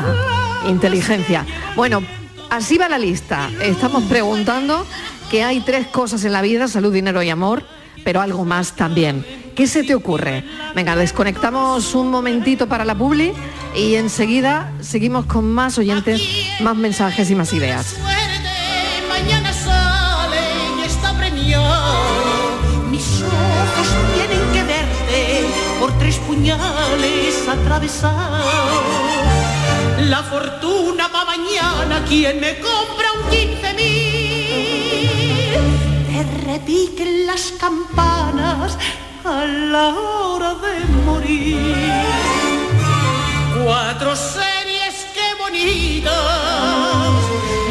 Speaker 6: inteligencia. Bueno, así va la lista. Estamos preguntando que hay tres cosas en la vida, salud, dinero y amor, pero algo más también. ¿Qué se te ocurre? Venga, desconectamos un momentito para la publi y enseguida seguimos con más oyentes, más mensajes y más ideas.
Speaker 10: mañana sale y está premiado. Mis ojos tienen que verte por tres puñales atravesado. La fortuna va mañana, quien me compra un 15 mil. Te repiquen las campanas a la hora de morir. Cuatro series, qué bonitas.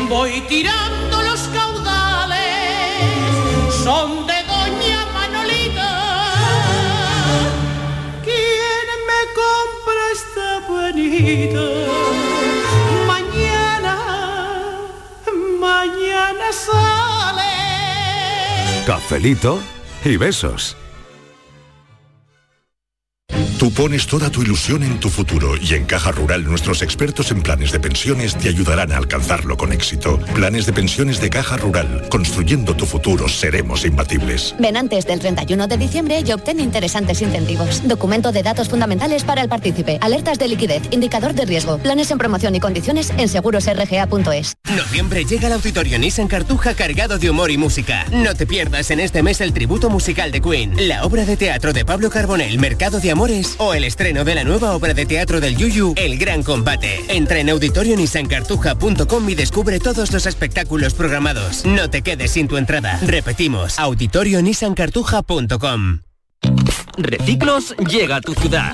Speaker 10: Voy tirando los caudales. Son de Doña Manolita. ¿Quién me compra esta bonita? Mañana, mañana sale.
Speaker 4: Cafelito y besos.
Speaker 24: Tú pones toda tu ilusión en tu futuro y en Caja Rural nuestros expertos en planes de pensiones te ayudarán a alcanzarlo con éxito. Planes de pensiones de Caja Rural. Construyendo tu futuro seremos imbatibles.
Speaker 25: Ven antes del 31 de diciembre y obtén interesantes incentivos. Documento de datos fundamentales para el partícipe. Alertas de liquidez, indicador de riesgo, planes en promoción y condiciones en segurosrga.es.
Speaker 26: Noviembre llega el Auditorio Nissan Cartuja cargado de humor y música. No te pierdas en este mes el tributo musical de Queen, la obra de teatro de Pablo Carbonell, Mercado de Amores X o el estreno de la nueva obra de teatro del Yuyu, El Gran Combate. Entra en auditorionisancartuja.com y descubre todos los espectáculos programados. No te quedes sin tu entrada. Repetimos, auditorionisancartuja.com.
Speaker 1: Reciclos llega a tu ciudad.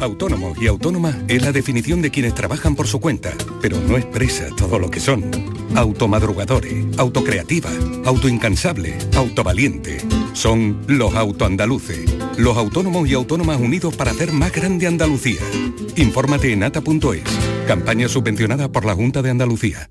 Speaker 12: Autónomo y autónoma es la definición de quienes trabajan por su cuenta, pero no expresa todo lo que son. Automadrugadores, autocreativa, autoincansable, autovaliente. Son los autoandaluces, los autónomos y autónomas unidos para hacer más grande Andalucía. Infórmate en ata.es, campaña subvencionada por la Junta de Andalucía.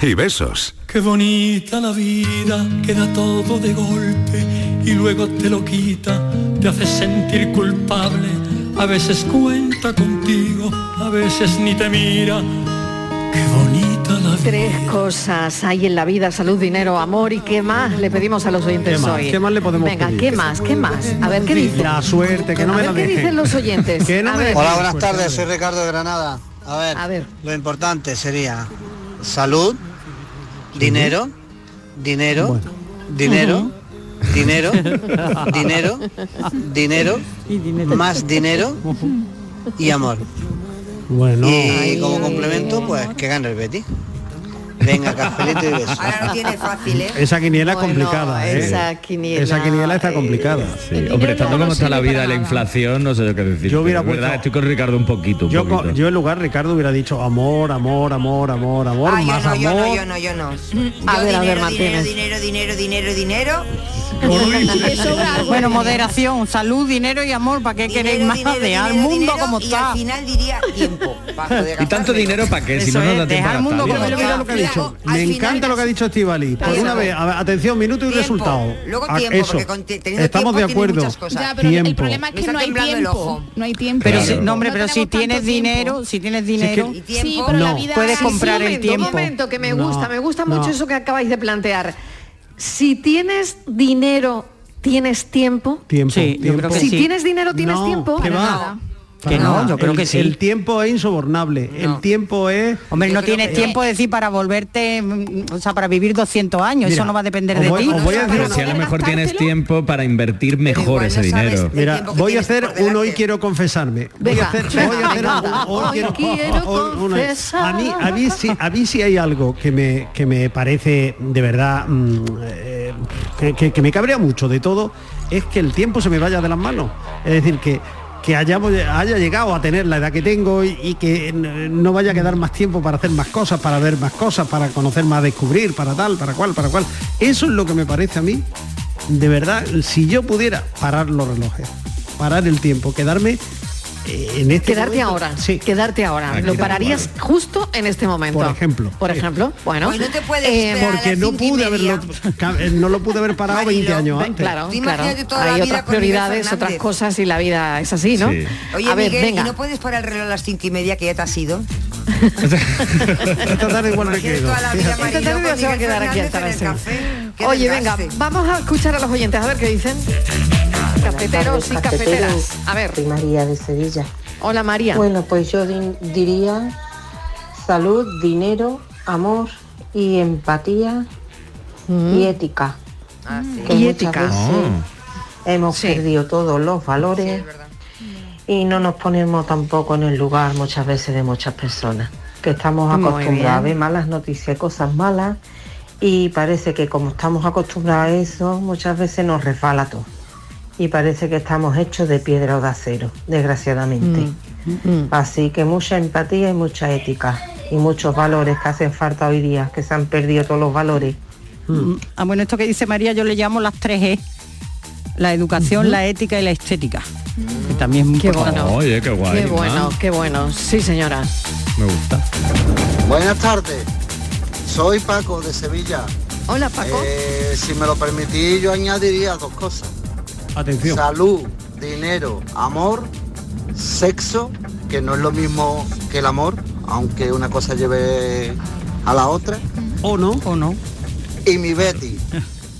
Speaker 3: y besos.
Speaker 2: Qué bonita la vida, queda todo de golpe y luego te lo quita, te hace sentir culpable. A veces cuenta contigo, a veces ni te mira.
Speaker 6: Tres cosas hay en la vida, salud, dinero, amor y qué más le pedimos a los oyentes
Speaker 5: ¿Qué más?
Speaker 6: hoy.
Speaker 5: ¿Qué más le podemos
Speaker 6: Venga,
Speaker 5: pedir?
Speaker 6: ¿qué más? ¿Qué más? A ver, ¿qué dicen?
Speaker 5: La suerte, que no
Speaker 6: A
Speaker 5: me
Speaker 6: ver,
Speaker 5: la
Speaker 6: ¿qué
Speaker 5: dejen.
Speaker 6: dicen los oyentes?
Speaker 5: Que no
Speaker 6: A
Speaker 5: me
Speaker 6: ver.
Speaker 5: dejen.
Speaker 16: Hola, buenas
Speaker 5: Suerte,
Speaker 16: tardes, soy
Speaker 5: suerte.
Speaker 16: Ricardo de Granada. A ver, lo importante sería salud, dinero, dinero, dinero, dinero, dinero, dinero, más dinero y amor.
Speaker 5: Bueno.
Speaker 16: Y como complemento, pues que gane el Betty. Venga, cafelito y beso.
Speaker 9: Ahora lo tiene fácil, ¿eh?
Speaker 5: Esa quiniela es complicada, ¿eh?
Speaker 6: esa quiniela-
Speaker 5: Esa quiniela está complicada.
Speaker 8: Hombre, estando como está la vida, la inflación, no sé yo qué decir. Yo hubiera verdad, estoy con Ricardo un poquito. un
Speaker 5: Yo, co-
Speaker 8: poquito.
Speaker 5: yo en lugar, Ricardo, hubiera dicho amor, amor, amor, amor, amor,
Speaker 9: Ah, yo
Speaker 5: más
Speaker 9: no, yo no,
Speaker 5: amor.
Speaker 9: yo no, yo no.
Speaker 6: A
Speaker 9: Yo
Speaker 6: ver, a ver,
Speaker 9: dinero, dinero,
Speaker 6: Martínez.
Speaker 9: dinero, dinero, dinero, dinero. (laughs)
Speaker 11: bueno, moderación, salud, dinero y amor, ¿para qué queréis más de al mundo como
Speaker 9: Y al
Speaker 11: está?
Speaker 9: final diría tiempo. para poder
Speaker 8: (laughs) ¿Y tanto dinero para qué? Si
Speaker 11: Eso
Speaker 8: no nos
Speaker 11: es,
Speaker 8: da tiempo
Speaker 11: dejar
Speaker 8: a
Speaker 11: al mundo
Speaker 8: gastar.
Speaker 5: Mira,
Speaker 11: como
Speaker 5: mira lo que ha dicho. Me encanta lo que ha dicho Estivali. Por
Speaker 9: Tiempo.
Speaker 5: una vez, a ver, atención, minuto y resultado.
Speaker 9: Luego
Speaker 5: A-
Speaker 9: tiempo,
Speaker 5: eso.
Speaker 9: porque con- te- teniendo
Speaker 5: Estamos
Speaker 9: tiempo
Speaker 5: de
Speaker 9: tienes
Speaker 5: acuerdo.
Speaker 9: muchas cosas.
Speaker 7: Ya, pero el
Speaker 5: Tiempo.
Speaker 7: problema es
Speaker 9: Me
Speaker 7: que
Speaker 9: está
Speaker 7: no hay
Speaker 9: temblando el
Speaker 7: tiempo.
Speaker 9: ojo.
Speaker 7: No hay tiempo.
Speaker 11: Pero si, no, hombre, pero si tienes
Speaker 7: tanto tiempo.
Speaker 11: dinero, si tienes dinero,
Speaker 7: Y tiempo. Sí, pero la vida-
Speaker 11: puedes
Speaker 7: Sí, sí,
Speaker 11: comprar
Speaker 6: un
Speaker 11: el
Speaker 6: momento,
Speaker 11: tiempo.
Speaker 6: Un momento, que me
Speaker 11: No,
Speaker 6: gusta, me gusta mucho
Speaker 11: no.
Speaker 6: eso que acabáis de plantear. Si tienes dinero, tienes tiempo.
Speaker 5: Tiempo,
Speaker 11: Sí, yo
Speaker 5: tiempo.
Speaker 11: creo que
Speaker 6: si
Speaker 11: sí.
Speaker 6: tienes dinero, tienes
Speaker 5: No,
Speaker 6: tiempo.
Speaker 5: que va.
Speaker 6: Nada.
Speaker 11: Que no, yo creo
Speaker 5: El-
Speaker 11: que sí.
Speaker 5: El tiempo es insobornable. El tiempo es.
Speaker 11: Hombre, no tienes tiempo de decir para volverte, mm, o sea, para vivir 200 años, eso
Speaker 8: Mira,
Speaker 11: no va a depender
Speaker 8: os
Speaker 11: de
Speaker 8: voy-
Speaker 11: ti.
Speaker 8: os voy a Pero si a lo mejor tienes tiempo para invertir mejor ese dinero.
Speaker 5: Mira, voy a hacer un hoy quiero confesarme. Voy a hacer, voy a
Speaker 7: (laughs)
Speaker 5: hacer un- hoy quiero, hoy- un hoy. A mí, a mí sí, a mí sí hay algo que me, que me parece de verdad mm, eh, que, que- que me cabrea mucho de todo, es que el tiempo se me vaya de las manos. Es decir, que que hayamos, haya llegado a tener la edad que tengo y, y que n- no vaya a quedar más tiempo para hacer más cosas, para ver más cosas, para conocer más, descubrir, para tal, para cual, para cual. Eso es lo que me parece a mí de verdad, si yo pudiera parar los relojes, parar el tiempo, quedarme eh, en este
Speaker 6: Quedarte
Speaker 5: momento,
Speaker 6: ahora, quedarte ahora.
Speaker 5: Aquí
Speaker 6: Lo
Speaker 5: tal
Speaker 6: pararías justo en este momento.
Speaker 5: Por ejemplo.
Speaker 6: Por ejemplo, bueno.
Speaker 9: Pues no te puedes
Speaker 6: Eh,
Speaker 9: esperar a
Speaker 5: porque
Speaker 9: las
Speaker 5: no
Speaker 9: cinco y
Speaker 5: pude
Speaker 9: media.
Speaker 5: haberlo ca- eh, no lo pude haber parado 20 años
Speaker 6: Ve-
Speaker 5: antes.
Speaker 6: Claro,
Speaker 9: Tú
Speaker 6: claro.
Speaker 9: imagínate toda la
Speaker 6: Hay
Speaker 9: vida
Speaker 6: otras
Speaker 9: con Miguel
Speaker 6: prioridades,
Speaker 9: Fernández.
Speaker 6: otras cosas y la vida es así, ¿no?
Speaker 9: Sí. Oye,
Speaker 6: a ver,
Speaker 9: Miguel,
Speaker 6: venga.
Speaker 9: ¿y no puedes parar el reloj a las cinco y media que ya te has ido?
Speaker 5: Esta tarde igual me quedo.
Speaker 6: Esta tarde
Speaker 9: Mariló, con
Speaker 6: se va a
Speaker 9: Miguel
Speaker 6: quedar aquí hasta las
Speaker 9: Fernández en el
Speaker 6: seis. Oye, venga, vamos a escuchar a los oyentes, a ver qué dicen. Cafeteros y cafeteras. A ver.
Speaker 27: Soy María de Sevilla.
Speaker 6: Hola María.
Speaker 27: Bueno, pues yo din- diría salud, dinero, amor
Speaker 18: y empatía
Speaker 6: Mm.
Speaker 18: y ética.
Speaker 5: Ah,
Speaker 18: Que
Speaker 6: Y
Speaker 18: muchas
Speaker 6: ética.
Speaker 18: veces Hemos perdido todos los valores y no nos ponemos tampoco en el lugar muchas veces de muchas personas, que estamos
Speaker 6: Muy
Speaker 18: acostumbrados a ver
Speaker 6: bien.
Speaker 18: malas noticias, cosas malas y parece que como estamos acostumbrados a eso, muchas veces nos resbala todo. Y parece que estamos hechos de piedra o de acero, desgraciadamente. Así que mucha empatía y mucha ética y muchos valores que hacen falta hoy día, que se han perdido todos los valores.
Speaker 11: Ah, bueno, esto que dice María yo le llamo las 3E. La educación, la ética y la estética.
Speaker 8: Que también es muy
Speaker 11: Qué
Speaker 8: importante.
Speaker 11: bueno.
Speaker 8: Oye, qué guay.
Speaker 11: Qué bueno.
Speaker 6: Qué bueno, sí señora.
Speaker 8: Ah, Me gusta.
Speaker 19: Buenas tardes, soy Paco de Sevilla. Eh,
Speaker 6: Hola Paco.
Speaker 19: si me lo permitís, yo añadiría dos cosas.
Speaker 5: Atención.
Speaker 19: Salud, dinero, amor, sexo, que no es lo mismo que el amor, aunque una cosa lleve a la otra.
Speaker 5: O no,
Speaker 11: o no.
Speaker 19: Y mi Betty.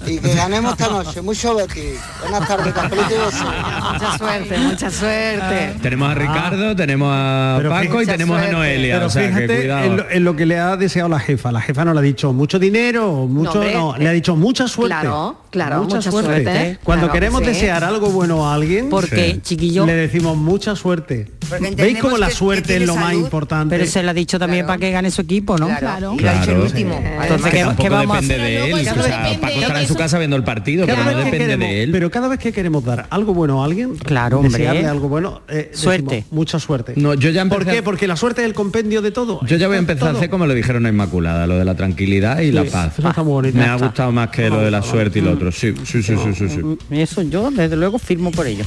Speaker 19: Y que ganemos esta noche. Mucho Betty. Buenas tardes, Cafelito y besos.
Speaker 6: Mucha suerte, mucha suerte.
Speaker 8: Tenemos a Ricardo, tenemos a Paco y
Speaker 5: fíjate-
Speaker 8: tenemos a Noelia.
Speaker 5: Pero
Speaker 8: o sea, que
Speaker 5: fíjate
Speaker 8: cuidado.
Speaker 5: en lo, en lo que le ha deseado la jefa. La jefa no le ha dicho mucho dinero, o mucho,
Speaker 6: hombre,
Speaker 5: no, le ha dicho mucha suerte. ¿Eh?
Speaker 6: claro, claro, mucha suerte,
Speaker 5: Cuando
Speaker 6: claro que
Speaker 5: queremos
Speaker 6: sí.
Speaker 5: desear algo bueno a alguien,
Speaker 11: Porque,
Speaker 5: Sí.
Speaker 11: chiquillo-
Speaker 5: le decimos mucha suerte. ¿Veis
Speaker 11: entendemos
Speaker 5: cómo la
Speaker 11: que- que
Speaker 5: suerte es
Speaker 11: tiene
Speaker 5: lo más
Speaker 11: salud,
Speaker 5: importante?
Speaker 11: Pero se lo ha dicho también para que gane su equipo, ¿no?
Speaker 5: Claro. Y lo ha dicho el último.
Speaker 11: Entonces,
Speaker 5: que
Speaker 11: ¿qué,
Speaker 8: tampoco
Speaker 11: qué vamos a
Speaker 8: depende
Speaker 11: hacer?
Speaker 8: de él.
Speaker 5: Pero
Speaker 8: o sea,
Speaker 5: depende
Speaker 8: Paco
Speaker 5: de
Speaker 8: estará en su casa viendo el partido, pero
Speaker 5: Cada
Speaker 8: no
Speaker 5: vez que
Speaker 8: depende
Speaker 5: queremos-
Speaker 8: de él.
Speaker 5: Pero cada vez que queremos dar algo bueno a alguien,
Speaker 8: Claro, hombre.
Speaker 5: desearle algo bueno, eh, decimos,
Speaker 8: Suerte.
Speaker 5: mucha suerte.
Speaker 8: No, yo ya
Speaker 5: ¿Por
Speaker 8: empecé-
Speaker 5: qué? Porque la suerte es el compendio de todo.
Speaker 8: Yo ya voy a empezar a hacer como lo dijeron a Inmaculada, lo de la tranquilidad y la
Speaker 5: Sí,
Speaker 8: paz.
Speaker 5: eso está muy bonito.
Speaker 8: Me
Speaker 5: Ya
Speaker 8: ha
Speaker 5: está.
Speaker 8: gustado más que lo de la suerte y lo otro. Sí, sí, sí, sí, sí. sí.
Speaker 11: Eso yo, desde luego, firmo por ello.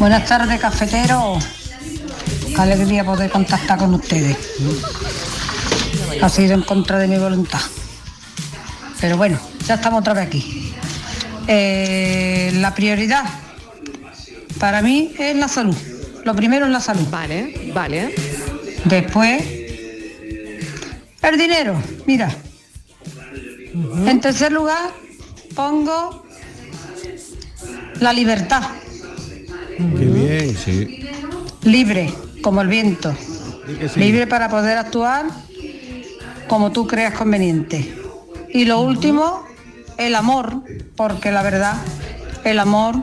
Speaker 20: Buenas tardes, cafetero. Qué alegría poder contactar con ustedes. Ha sido en contra de mi voluntad. Pero bueno, ya estamos otra vez aquí. Eh, la prioridad para mí es la salud. Lo primero es la salud. Vale, vale. Después, el dinero. Mira. En tercer lugar, pongo la libertad.
Speaker 5: Qué bien.
Speaker 8: Sí.
Speaker 20: libre como el viento, libre para poder actuar como tú creas conveniente. Y lo último, el amor, porque la verdad, el amor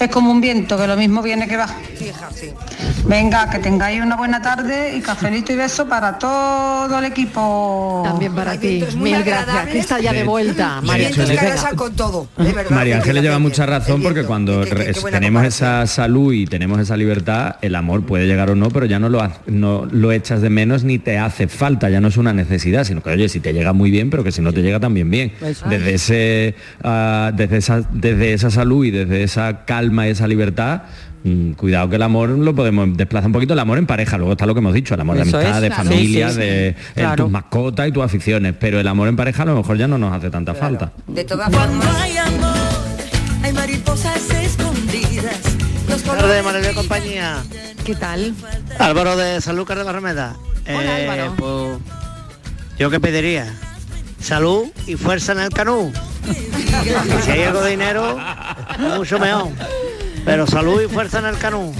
Speaker 20: es como un viento que lo mismo viene que va. Venga, que tengáis una buena tarde y cafelito y beso para todo el equipo. También
Speaker 6: para ti. Mil gracias. Que está ya de
Speaker 8: De-
Speaker 6: vuelta.
Speaker 8: de
Speaker 6: María
Speaker 8: hecho,
Speaker 6: Ángeles,
Speaker 8: le-
Speaker 6: venga.
Speaker 28: con todo.
Speaker 8: María Ángeles lleva mucha razón porque cuando re- tenemos esa salud y tenemos esa libertad, el amor puede llegar o no, pero ya no lo, ha- no lo echas de menos ni te hace falta, ya no es una necesidad, sino que oye, si te llega muy bien, pero que si no te llega también bien.
Speaker 16: Pues Eso.
Speaker 8: Desde, ese, ah, desde, esa, desde esa salud y desde esa calma y esa libertad, mm, cuidado que el amor lo podemos desplazar un poquito, el amor en pareja, luego está lo que hemos dicho, el amor de
Speaker 16: Eso
Speaker 8: amistad,
Speaker 16: es,
Speaker 8: de
Speaker 16: claro.
Speaker 8: familia,
Speaker 16: Sí, sí, sí.
Speaker 8: de eh,
Speaker 16: Claro.
Speaker 8: tus mascotas y tus aficiones, pero el amor en pareja a lo mejor ya no nos hace tanta falta.
Speaker 28: De todas
Speaker 10: Cuando hay amor, hay mariposas escondidas. Los Buenas tardes, Maribel Compañía.
Speaker 6: ¿Qué tal?
Speaker 10: Álvaro de Sanlúcar de Barrameda.
Speaker 6: Hola,
Speaker 10: Eh,
Speaker 6: Álvaro.
Speaker 10: pues, yo qué pediría. Salud y fuerza en el canú. Y si hay algo de dinero, mucho mejor. Pero salud y fuerza en el canú.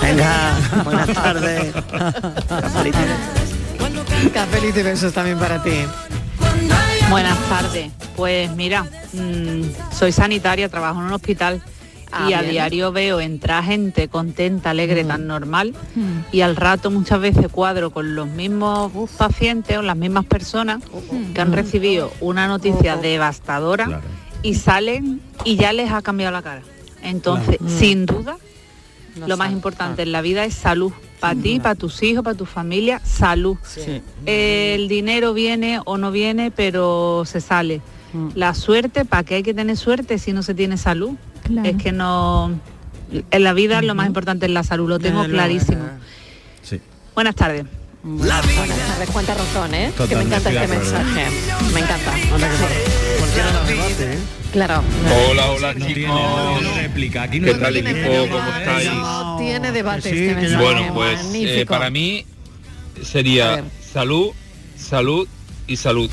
Speaker 10: Venga, buenas tardes.
Speaker 6: Cafelito y besos también para ti.
Speaker 7: Buenas tardes. Pues mira, mm, soy sanitaria, trabajo en un hospital
Speaker 6: Ah,
Speaker 7: y a
Speaker 6: bien.
Speaker 7: diario veo entrar gente contenta, alegre, tan normal y al rato muchas veces cuadro con los mismos pacientes o las mismas personas que han recibido una noticia devastadora y salen y ya les ha cambiado la cara. Entonces,
Speaker 29: Claro.
Speaker 7: sin duda, lo más importante en la vida es salud. Para ti, para tus hijos, para tu familia, salud. El dinero viene o no viene, pero se sale. La suerte, ¿para qué hay que tener suerte si no se tiene salud? Es que no... En la vida lo más importante es la salud, lo tengo
Speaker 6: Desde luego,
Speaker 7: clarísimo.
Speaker 8: Sí.
Speaker 7: Buenas tardes.
Speaker 6: Buenas tardes, cuánta razón, ¿eh? que me
Speaker 7: Totalmente
Speaker 6: encanta
Speaker 7: de
Speaker 6: este
Speaker 7: acuerdo.
Speaker 6: mensaje. Me encanta.
Speaker 8: ¿eh?
Speaker 6: Claro.
Speaker 27: Hola, hola chicos. ¿Qué tal equipo? ¿Cómo estáis?
Speaker 6: Tiene debate este mensaje.
Speaker 27: Bueno, pues eh,
Speaker 6: Magnífico.
Speaker 27: para mí sería salud, salud y salud.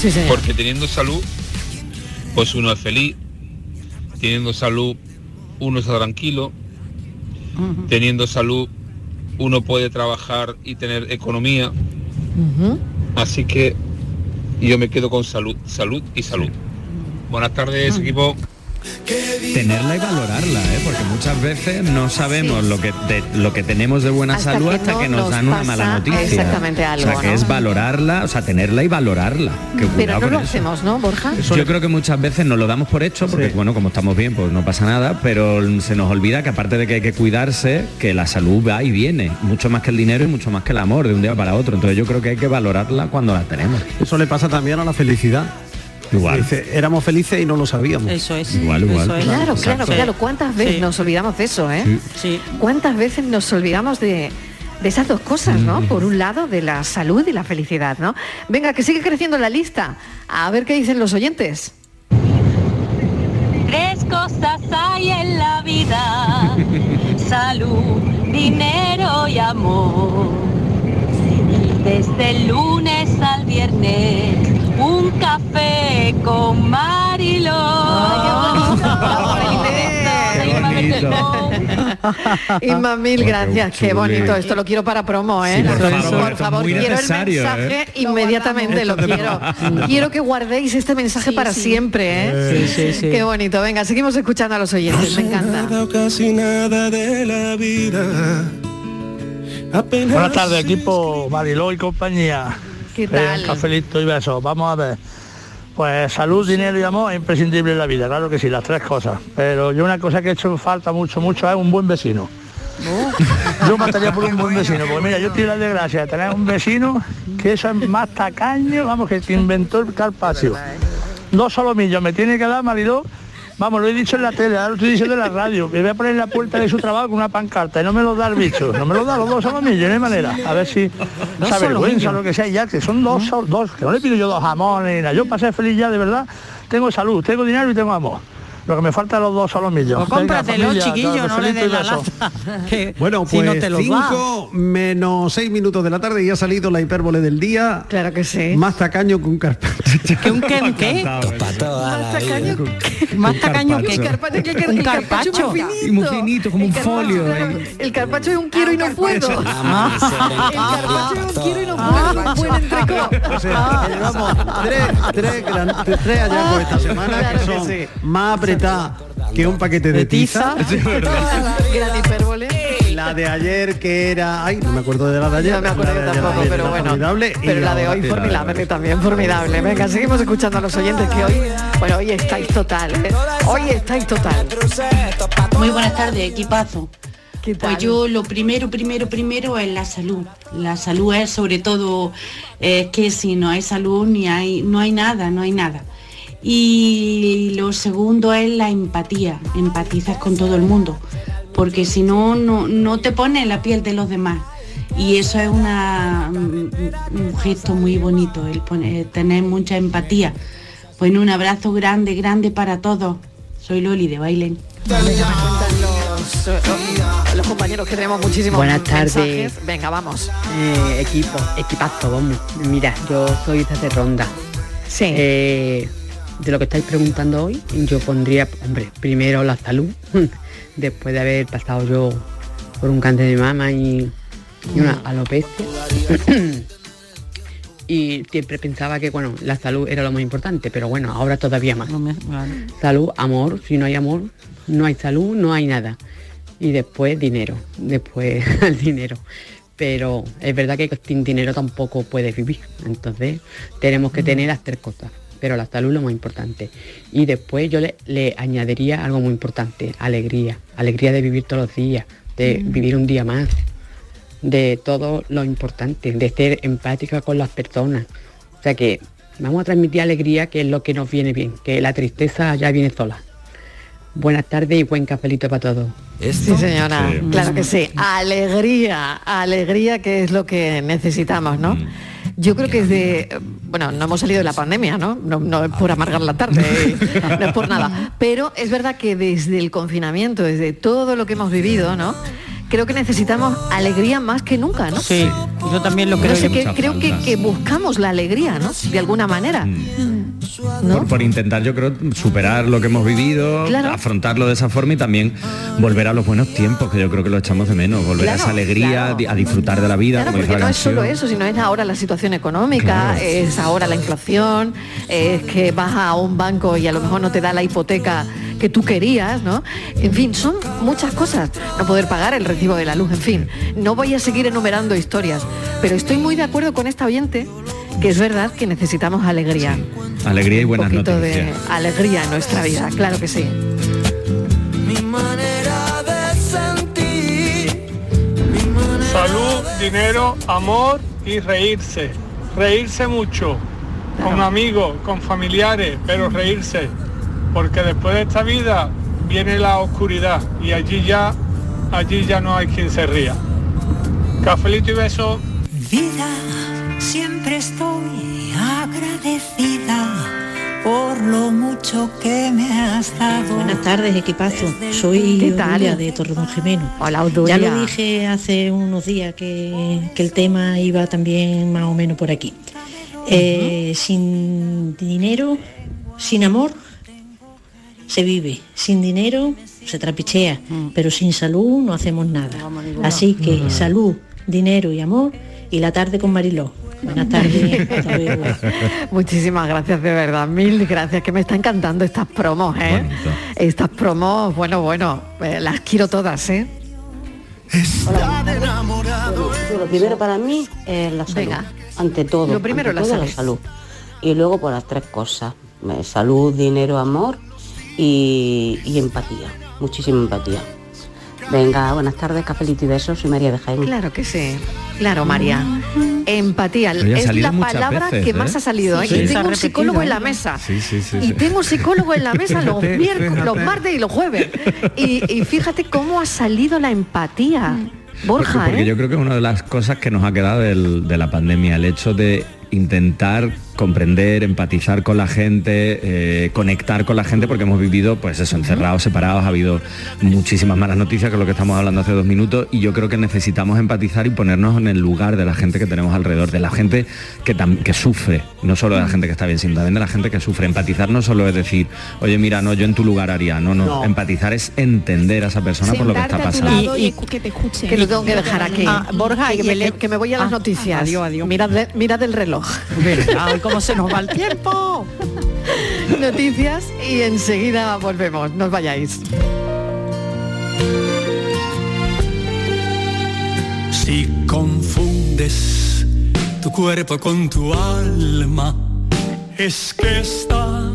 Speaker 6: Sí, señor.
Speaker 27: Porque teniendo salud, pues uno es feliz. Teniendo salud, uno está tranquilo. Teniendo salud, uno puede trabajar y tener economía. Así que yo me quedo con salud, salud y salud. Buenas tardes, equipo.
Speaker 8: Tenerla y valorarla, ¿eh? porque muchas veces no sabemos lo que de- lo que tenemos de buena
Speaker 6: Hasta
Speaker 8: salud
Speaker 6: que
Speaker 8: hasta
Speaker 6: no
Speaker 8: que nos,
Speaker 6: nos
Speaker 8: dan una
Speaker 6: pasa
Speaker 8: mala noticia.
Speaker 6: exactamente algo,
Speaker 8: o sea, que
Speaker 6: ¿no?
Speaker 8: es valorarla, o sea, tenerla y valorarla. Que
Speaker 6: Pero
Speaker 8: cuidado
Speaker 6: no
Speaker 8: con
Speaker 6: lo
Speaker 8: eso.
Speaker 6: hacemos, ¿no, Borja?
Speaker 8: Yo creo que muchas veces nos lo damos por hecho, porque bueno, como estamos bien, pues no pasa nada, pero se nos olvida que aparte de que hay que cuidarse, que la salud va y viene, mucho más que el dinero y mucho más que el amor de un día para otro. Entonces yo creo que hay que valorarla cuando la tenemos.
Speaker 5: Eso le pasa también a la felicidad.
Speaker 8: Igual.
Speaker 5: Dice, éramos felices y no lo sabíamos.
Speaker 11: Eso es.
Speaker 8: Igual,
Speaker 5: igual.
Speaker 6: Claro, claro, claro. ¿Cuántas veces nos olvidamos de eso, eh?
Speaker 5: Sí.
Speaker 6: ¿Cuántas veces nos olvidamos de, de esas dos cosas,
Speaker 8: Mm.
Speaker 6: no? Por un lado, de la salud y la felicidad, ¿no? Venga, que sigue creciendo la lista. A ver qué dicen los oyentes.
Speaker 1: Tres cosas hay en la vida, salud, dinero y amor. Desde el lunes al viernes, un café con Mariló.
Speaker 6: Inma, mil
Speaker 8: Oh, qué
Speaker 6: gracias. Qué,
Speaker 8: chuli.
Speaker 6: bonito. Esto lo quiero para promo, ¿eh?
Speaker 8: Sí, por favor, esto es muy
Speaker 6: quiero el
Speaker 8: necesario,
Speaker 6: mensaje
Speaker 8: ¿eh?
Speaker 6: inmediatamente, lo quiero. quiero que guardéis este mensaje para siempre, ¿eh?
Speaker 4: Sí, sí, sí.
Speaker 6: Qué bonito. Venga, seguimos escuchando a los oyentes. Me encanta.
Speaker 4: Nada, casi nada de la vida. Apenas
Speaker 30: Buenas tardes, equipo Mariló y compañía. Eh,
Speaker 6: ¿Qué
Speaker 4: tal?
Speaker 30: cafelito y besos. Vamos a ver. Pues salud, dinero y amor es imprescindible en la vida, claro que sí, las tres cosas. Pero yo una cosa que he hecho falta mucho, mucho es un buen vecino. Yo mataría por un buen vecino, porque mira, yo tengo la desgracia de tener un vecino que eso es más tacaño, vamos, que te inventó el carpacio. Dos solomillos me tiene que dar, marido. Vamos, lo he dicho en la tele, ahora lo estoy diciendo en la radio. Me voy a poner en la puerta de su trabajo con una pancarta y no me lo da el bicho. No me lo da los dos solomillos, no hay manera. A ver si
Speaker 31: Dos
Speaker 30: esa vergüenza,
Speaker 31: solomillos.
Speaker 30: lo que sea, ya que son dos, sol- dos, que no le pido yo dos jamones ni nada. Yo para ser feliz ya, de verdad, tengo salud, tengo dinero y tengo amor. Lo que me falta es los dos solomillos.
Speaker 11: Pues
Speaker 30: Venga,
Speaker 11: cómpratelo,
Speaker 30: familia,
Speaker 11: chiquillo, no le
Speaker 30: cafelito y
Speaker 11: des la
Speaker 30: besos.
Speaker 11: lata. Que
Speaker 5: Bueno,
Speaker 11: si
Speaker 5: pues
Speaker 11: no te lo da.
Speaker 5: 5 menos 6 minutos de la tarde y ha salido la hipérbole del día.
Speaker 6: Claro que sí.
Speaker 5: Más tacaño que un carpaccio.
Speaker 11: ¿Que un qué? ¿Un qué?
Speaker 5: Más
Speaker 11: tacaño
Speaker 5: que
Speaker 11: Más tacaño que
Speaker 6: El carpacho, que- que- el carpacho muy finito.
Speaker 8: como
Speaker 6: un folio. El carpacho es un quiero y no puedo. El
Speaker 10: Ah,
Speaker 5: Ah,
Speaker 6: carpacho es un quiero y no puedo. un buen entrecot.
Speaker 5: Ah, Llevamos tres, tres, gran- tres hallazgos esta semana que son más apretadas que un paquete
Speaker 10: (laughs)
Speaker 5: de, tiza.
Speaker 6: Gran hipérbole.
Speaker 5: La de ayer que era, ay, no me acuerdo de la de ayer.
Speaker 6: No me acuerdo yo tampoco, pero bueno. Pero la de hoy formidable también, formidable. Venga, seguimos escuchando a los oyentes que hoy, bueno, hoy estáis total, ¿eh? Hoy estáis total.
Speaker 10: Muy buenas tardes, equipazo.
Speaker 6: tal?
Speaker 10: Pues yo lo primero, primero, primero es la salud. La salud es sobre todo eh, que si no hay salud ni hay, no hay nada, no hay nada. Y lo segundo es la empatía. Empatizas con todo el mundo. Porque si no, no, no te pones en la piel de los demás. Y eso es una, mm, un gesto muy bonito, el poner- tener mucha empatía. Bueno, un abrazo grande, grande para todos. Soy Loli de Bailén.
Speaker 6: Los, eh, los compañeros que tenemos muchísimos
Speaker 10: Buenas tardes.
Speaker 6: mensajes. Venga, vamos.
Speaker 31: Eh, equipo, equipazo, vamos. Mira, yo soy desde Ronda. Eh, de lo que estáis preguntando hoy, yo pondría, hombre, primero la salud, (laughs) después de haber pasado yo por un cáncer de mama y, y una alopecia. (coughs) y siempre pensaba que, bueno, la salud era lo más importante, pero bueno, ahora todavía más. Salud, amor, si no hay amor, no hay salud, no hay nada. Y después dinero, después (laughs) el dinero. Pero es verdad que sin dinero tampoco puedes vivir. Entonces tenemos que tener las tres cosas. Pero la salud es lo más importante. Y después yo le, le añadiría algo muy importante, alegría. Alegría de vivir todos los días, de
Speaker 24: Mm.
Speaker 31: vivir un día más, de todo lo importante, de ser empática con las personas. O sea que vamos a transmitir alegría, que es lo que nos viene bien, que la tristeza ya viene sola. Buenas tardes y buen cafelito para todos.
Speaker 6: Sí, señora, claro que sí. Alegría, alegría que es lo que necesitamos, ¿no?
Speaker 11: Mm.
Speaker 6: Yo creo que desde, bueno, no hemos salido de la pandemia, ¿no? No, no es por amargar la tarde, (laughs) no es por nada. Pero es verdad que desde el confinamiento, desde todo lo que hemos vivido, ¿no? creo que necesitamos alegría más que nunca, ¿no?
Speaker 11: Sí, yo también lo
Speaker 6: No
Speaker 11: creo.
Speaker 6: sé, que, creo que, que buscamos la alegría, ¿no? De alguna manera.
Speaker 8: Por, por intentar, yo creo, superar lo que hemos vivido,
Speaker 6: Claro.
Speaker 8: afrontarlo de esa forma y también volver a los buenos tiempos, que yo creo que lo echamos de menos, volver a
Speaker 6: Claro,
Speaker 8: esa alegría, di- a disfrutar de la vida,
Speaker 6: Claro,
Speaker 8: como dice
Speaker 6: porque
Speaker 8: la
Speaker 6: no es
Speaker 8: canción.
Speaker 6: solo eso, sino es ahora la situación económica,
Speaker 8: Claro.
Speaker 6: es ahora la inflación, es que vas a un banco y a lo mejor no te da la hipoteca que tú querías, ¿no? En fin, son muchas cosas. No poder pagar el recibo de la luz, en fin. No voy a seguir enumerando historias, pero estoy muy de acuerdo con esta oyente, que es verdad que necesitamos alegría,
Speaker 8: Alegría y
Speaker 6: un
Speaker 8: buenas
Speaker 6: poquito
Speaker 8: noticias.
Speaker 6: de alegría en nuestra vida, claro que sí.
Speaker 12: Mi manera de sentir. Mi manera
Speaker 13: Salud, dinero, amor y reírse. Reírse mucho. Con amigos, con familiares, pero reírse. Porque después de esta vida viene la oscuridad y allí ya, allí ya no hay quien se ría. Cafelito y beso.
Speaker 12: Vida, siempre estoy agradecida por lo mucho que me has dado.
Speaker 32: Buenas tardes, equipazo. Soy
Speaker 12: ¿Qué tal?
Speaker 32: Odulia de Torredonjimeno.
Speaker 6: Hola,
Speaker 32: Ya
Speaker 6: Odulia.
Speaker 32: lo dije hace unos días que, que el tema iba también más o menos por aquí. Eh, Sin dinero, sin amor, se vive. Sin dinero, se trapichea. Pero sin salud no hacemos nada. Así que
Speaker 14: Mm.
Speaker 32: salud, dinero y amor. Y la tarde con Mariló. Buenas tardes. hasta luego.
Speaker 6: Muchísimas gracias de verdad, mil gracias, que me están encantando estas promos, ¿eh? Estas promos, bueno, bueno, eh, las quiero todas, ¿eh?
Speaker 14: Lo primero para mí es la salud. Ante todo.
Speaker 6: Lo primero
Speaker 14: ante
Speaker 6: la
Speaker 14: todo
Speaker 6: salud.
Speaker 14: Y luego por las tres cosas. eh, Salud, dinero, amor y, y empatía. Muchísima empatía. Venga, buenas tardes, cafelito y besos. Soy María de Jaén.
Speaker 6: Claro que sí. Claro, María. Empatía.
Speaker 14: Pero ya ha
Speaker 6: es
Speaker 14: salido
Speaker 6: la
Speaker 14: muchas
Speaker 6: palabra
Speaker 14: veces,
Speaker 6: que
Speaker 14: ¿eh?
Speaker 6: más ha salido. ¿eh?
Speaker 14: Sí,
Speaker 6: Y
Speaker 14: sí. Se ha
Speaker 6: tengo un
Speaker 14: repetido,
Speaker 6: psicólogo en
Speaker 14: ¿eh?
Speaker 6: la mesa.
Speaker 14: Sí, sí, sí,
Speaker 6: Y
Speaker 14: sí.
Speaker 6: tengo un psicólogo
Speaker 14: (laughs)
Speaker 6: en la mesa los
Speaker 14: Fíjate,
Speaker 6: miércoles, los
Speaker 14: fíjate.
Speaker 6: martes y los jueves. Y, y fíjate cómo ha salido la empatía.
Speaker 14: Mm.
Speaker 6: Borja,
Speaker 8: Porque
Speaker 6: ¿eh?
Speaker 8: yo creo que es una de las cosas que nos ha quedado del- de la pandemia, el hecho de intentar comprender, empatizar con la gente, eh, conectar con la gente, porque hemos vivido, pues eso, encerrados, separados, ha habido muchísimas malas noticias, que es lo que estamos hablando hace dos minutos, y yo creo que necesitamos empatizar y ponernos en el lugar de la gente que tenemos alrededor, de la gente que, tam- que sufre, no solo
Speaker 7: Mm.
Speaker 8: de la gente que está bien, sino también de la gente que sufre. Empatizar no solo es decir, oye, mira, no, yo en tu lugar haría, no, no,
Speaker 7: No.
Speaker 8: empatizar es entender a esa persona por lo que está
Speaker 7: Sentarte a tu
Speaker 8: pasando.
Speaker 7: lado y, escu- que te escuchen.
Speaker 6: Que lo tengo que dejar aquí.
Speaker 7: Ah,
Speaker 6: Borja, que,
Speaker 11: y el- em- Ah,
Speaker 6: me, que me voy a las noticias.
Speaker 11: adiós,
Speaker 6: Mira, de- mira del reloj.
Speaker 11: ¿Verdad? ¿Cómo se nos va el tiempo?
Speaker 6: (laughs) noticias y enseguida volvemos. No os vayáis.
Speaker 2: Si confundes tu cuerpo con tu alma, es que estás